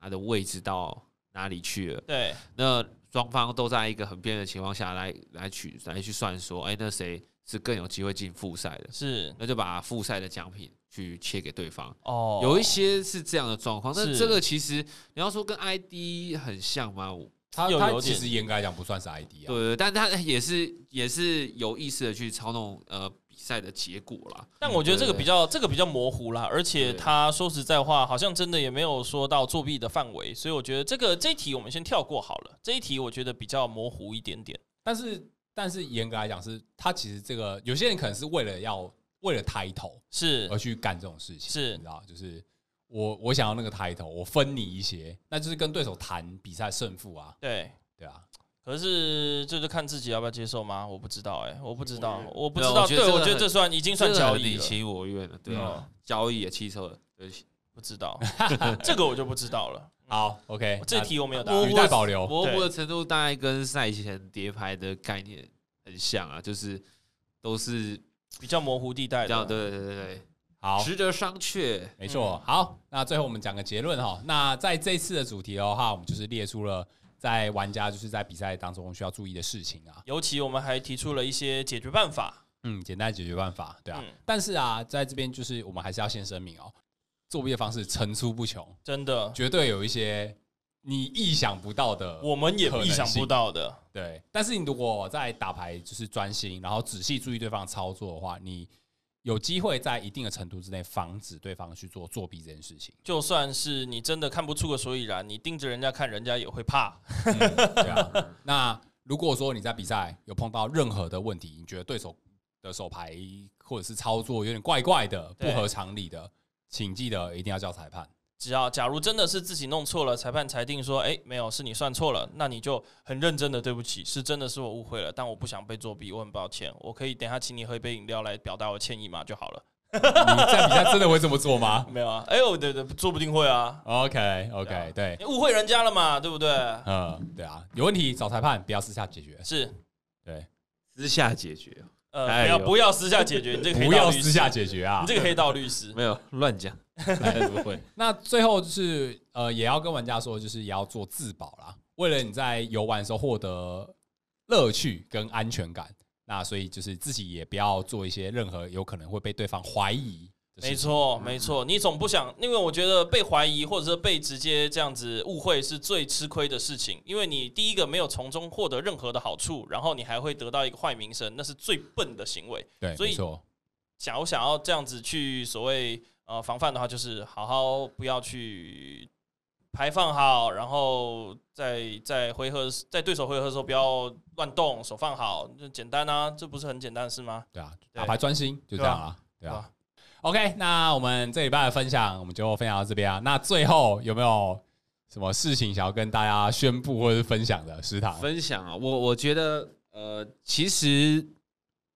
他的位置到哪里去了。
对
那双方都在一个很边缘的情况下来来取来去算说，哎、那谁是更有机会进复赛的？
是
那就把复赛的奖品去切给对方。
哦，
有一些是这样的状况，但
是
这个其实你要说跟 ID 很像吗？我
他
又
他
有
其
点
实严格来讲不算是 ID 啊，
对，但他也是也是有意识的去操弄呃比赛的结果啦。
但我觉得这个
嗯
比较这个比较模糊啦，而且
对
他说实在话，好像真的也没有说到作弊的范围，所以我觉得这个这一题我们先跳过好了。这一题我觉得比较模糊一点点。
但是但是严格来讲是，他其实这个有些人可能是为了要为了 title
是
呃
而去干这种事情，
是
你知道，就是我我想要那个 title，我分你一些，那就是跟对手谈比赛胜负啊，
对，
对啊，
可是这就看自己要不要接受吗？我不知道、欸，哎，我不知道，我不知
对啊
道。
我觉得
对，
这
我
个
觉得
很
这算已经算
这个
交
很
易
你
了。
情我愿了，对
嗯
啊，交易也七车了，对不起，
不 知道，这个我就不知道了。
好，OK，
这题嗯我没有答
那
案
语。带保
哦
留，
模糊的程度大概跟赛前叠牌的概念很像啊，就是都是
比较模糊地带
这样，
的。
对对对对
好
对，，值得商榷。
没
嗯
错。好，那最后我们讲个结论哈。那在这一次的主题的话，我们就是列出了在玩家就是在比赛当中需要注意的事情啊。
尤其我们还提出了一些解决办法。
嗯，简单的解决办法，对啊。
嗯
但是啊，在这边就是我们还是要先声明哦，作弊的方式层出不穷，
真的，
绝对有一些你意想不到的。
我们也
可能
意
性
想不到的。
对，但是你如果在打牌就是专心，然后仔细注意对方的操作的话，你有机会在一定的程度之内防止对方去做作弊这件事情。
就算是你真的看不出个所以然，你盯着人家看，人家也会怕。
对啊。那如果说你在比赛有碰到任何的问题，你觉得对手的手牌或者是操作有点怪怪的、不
对
合常理的，请记得一定要叫裁判。
只要假如真的是自己弄错了，裁判裁定说，哎、没有，是你算错了，那你就很认真的对不起，是真的是我误会了，但我不想被作弊，我很抱歉，我可以等一下请你喝一杯饮料来表达我歉意嘛就好了。
你在比赛真的会这么做吗
没有啊，哎、呦，对对，说不定会啊，
？OK
对啊
OK，对，
你误会人家了嘛，对不对？
嗯，对啊，有问题找裁判，不要私下解决。
是，
对，
私下解决，
呃，
哎
不
呦
要不要私下解决，你这个黑
不
道
要
律
私
师，
下解决啊
你。这个黑道律师，
没有乱 讲，不会。
那最后就是呃，也要跟玩家说，就是也要做自保啦。为了你在游玩的时候获得乐趣跟安全感，那所以就是自己也不要做一些任何有可能会被对方怀疑的
没
事情。
错，没错，你总不想，因为我觉得被怀疑或者是被直接这样子误会是最吃亏的事情，因为你第一个没有从中获得任何的好处，然后你还会得到一个坏名声，那是最笨的行为。
对，
所以
没错，
假如想要这样子去所谓呃防范的话，就是好好不要去排放好，然后在在回合在对手回合的时候不要乱动，手放好，就简单啊，这不是很简单的事吗？
对啊，
对
打牌专心就这样啊，对
对
啊
吧。？
OK，那我们这礼拜的分享我们就分享到这边啊。那最后有没有什么事情想要跟大家宣布或者是分享的？食堂
分享啊，我我觉得呃，其实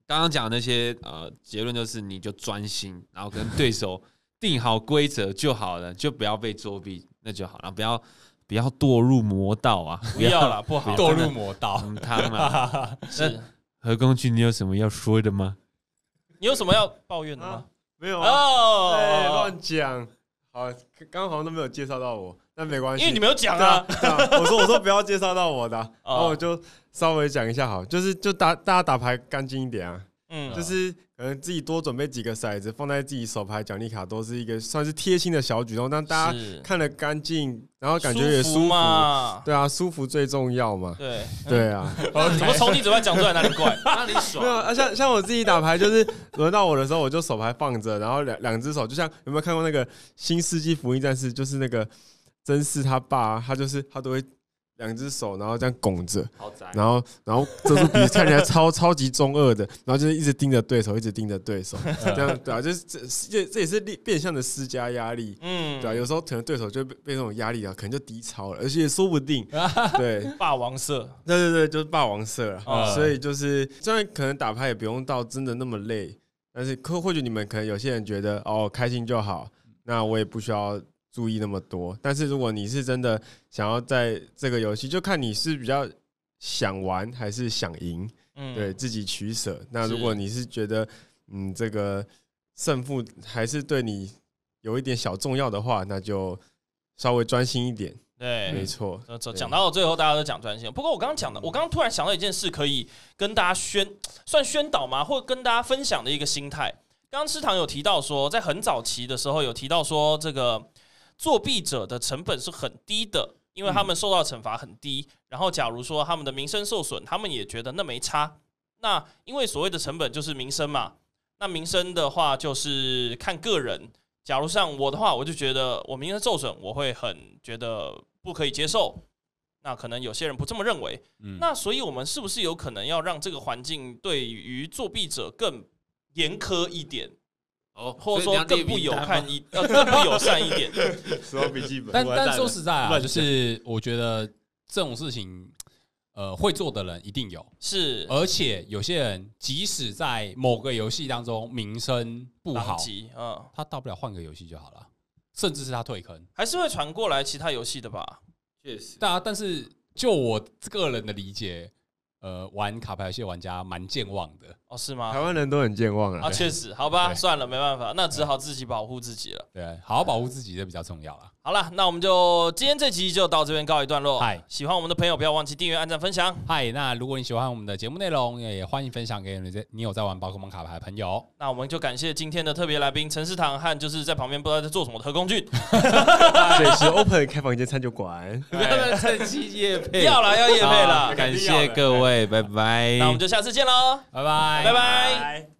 刚刚讲的那些呃结论就是，你就专心，然后跟对手定好规则就好了， 就不要被作弊，那就好了，不要不要堕入魔道啊，
不要啦，不好，
堕入魔道，
很
嗯
汤啊。
是。
何工具，你有什么要说的吗？
你有什么要抱怨的吗
啊？没有啊，哎，
哦，
乱讲。好，刚好像都没有介绍到我，但没关系，
因为你没有讲
对啊
啊，，
对啊我说我说不要介绍到我的 啊，然后我就稍微讲一下好，就是就打大家打牌干净一点啊，
嗯，
就是是可能自己多准备几个骰子放在自己手牌奖励卡，都是一个算是贴心的小举动，让大家看得干净，然后感觉也舒服。
嘛，
对啊，舒服最重要嘛。
对，
对啊，
怎么从你嘴巴讲出来哪里怪？
让你
没有
爽。
啊，像像我自己打牌，就是轮到我的时候，我就手牌放着，然后两两只手，就像有没有看过那个《新世纪福音战士》，就是那个真嗣他爸，他就是他都会两只手，然后这样拱 着，
好宅
然后然后这副比看起来超超级中二的，然后就是一直盯着对手，一直盯着对 手，这样对啊，就是这这这也是变变相的施加压力。
嗯，
对啊，有时候可能对手就被被这种压力啊，可能就低超了，而且说不 定，对，
霸王色，
对对对，就是霸王色了。
嗯
所以就是虽然可能打牌也不用到真的那么累，但是可或许你们可能有些人觉得哦开心就好，那我也不需要注意那么多。但是如果你是真的想要在这个游戏，就看你是比较想玩还是想赢，
嗯，
对，自己取舍。那如
是
果你是觉得嗯这个胜负还是对你有一点小重要的话，那就稍微专心一点，没
对。
错。
这这
对
讲到最后，大家都讲专心。不过我刚刚讲的，我刚刚突然想到一件事，可以跟大家宣算宣导吗？或者跟大家分享的一个心态。刚刚师堂有提到说，在很早期的时候有提到说，这个作弊者的成本是很低的，因为他们受到惩罚很低。然后，假如说他们的名声受损，他们也觉得那没差。那因为所谓的成本就是名声嘛，那名声的话就是看个人。假如像我的话，我就觉得我名声受损，我会很觉得不可以接受。那可能有些人不这么认为，
嗯，
那所以，我们是不是有可能要让这个环境对于作弊者更严苛一点，
哦，
或
所
者
以
说
梁丽
更不
敏
友
她
善一呃更不友善一 点？
死亡笔记本
但
我完蛋
但
了
说实在啊，
乱
就
讲
是我觉得这种事情，呃，会做的人一定有，
是
而且有些人即使在某个游戏当中名声不好
狼，藉，嗯，
他大不了换个游戏就好了，甚至是他退坑。
还是会传过来其他游戏的吧？
确实，
对啊，但是就我个人的理解，呃，玩卡牌游戏的玩家蛮健忘的，
哦，是
台
吗？
湾人都很健忘
啊，
了，
确实，好吧，
对
算了，没办法，那只好自己保护自己了。
对，好好保护自己这比较重要啦。
好了，那我们就今天这集就到这边告一段落。
嗨
喜欢我们的朋友不要忘记订阅、按赞、分享。
嗨，那如果你喜欢我们的节目内容，也欢迎分享给你这你有在玩宝可梦卡牌的朋友。
那我们就感谢今天的特别来宾陈世堂和就是在旁边不知道在做什么的何公俊。
对，是 Open 开房间餐酒馆。
不要乱趁机夜配，
要了，要夜配
好
了。
感谢各位，拜拜。
那我们就下次见喽，
拜拜，
拜拜。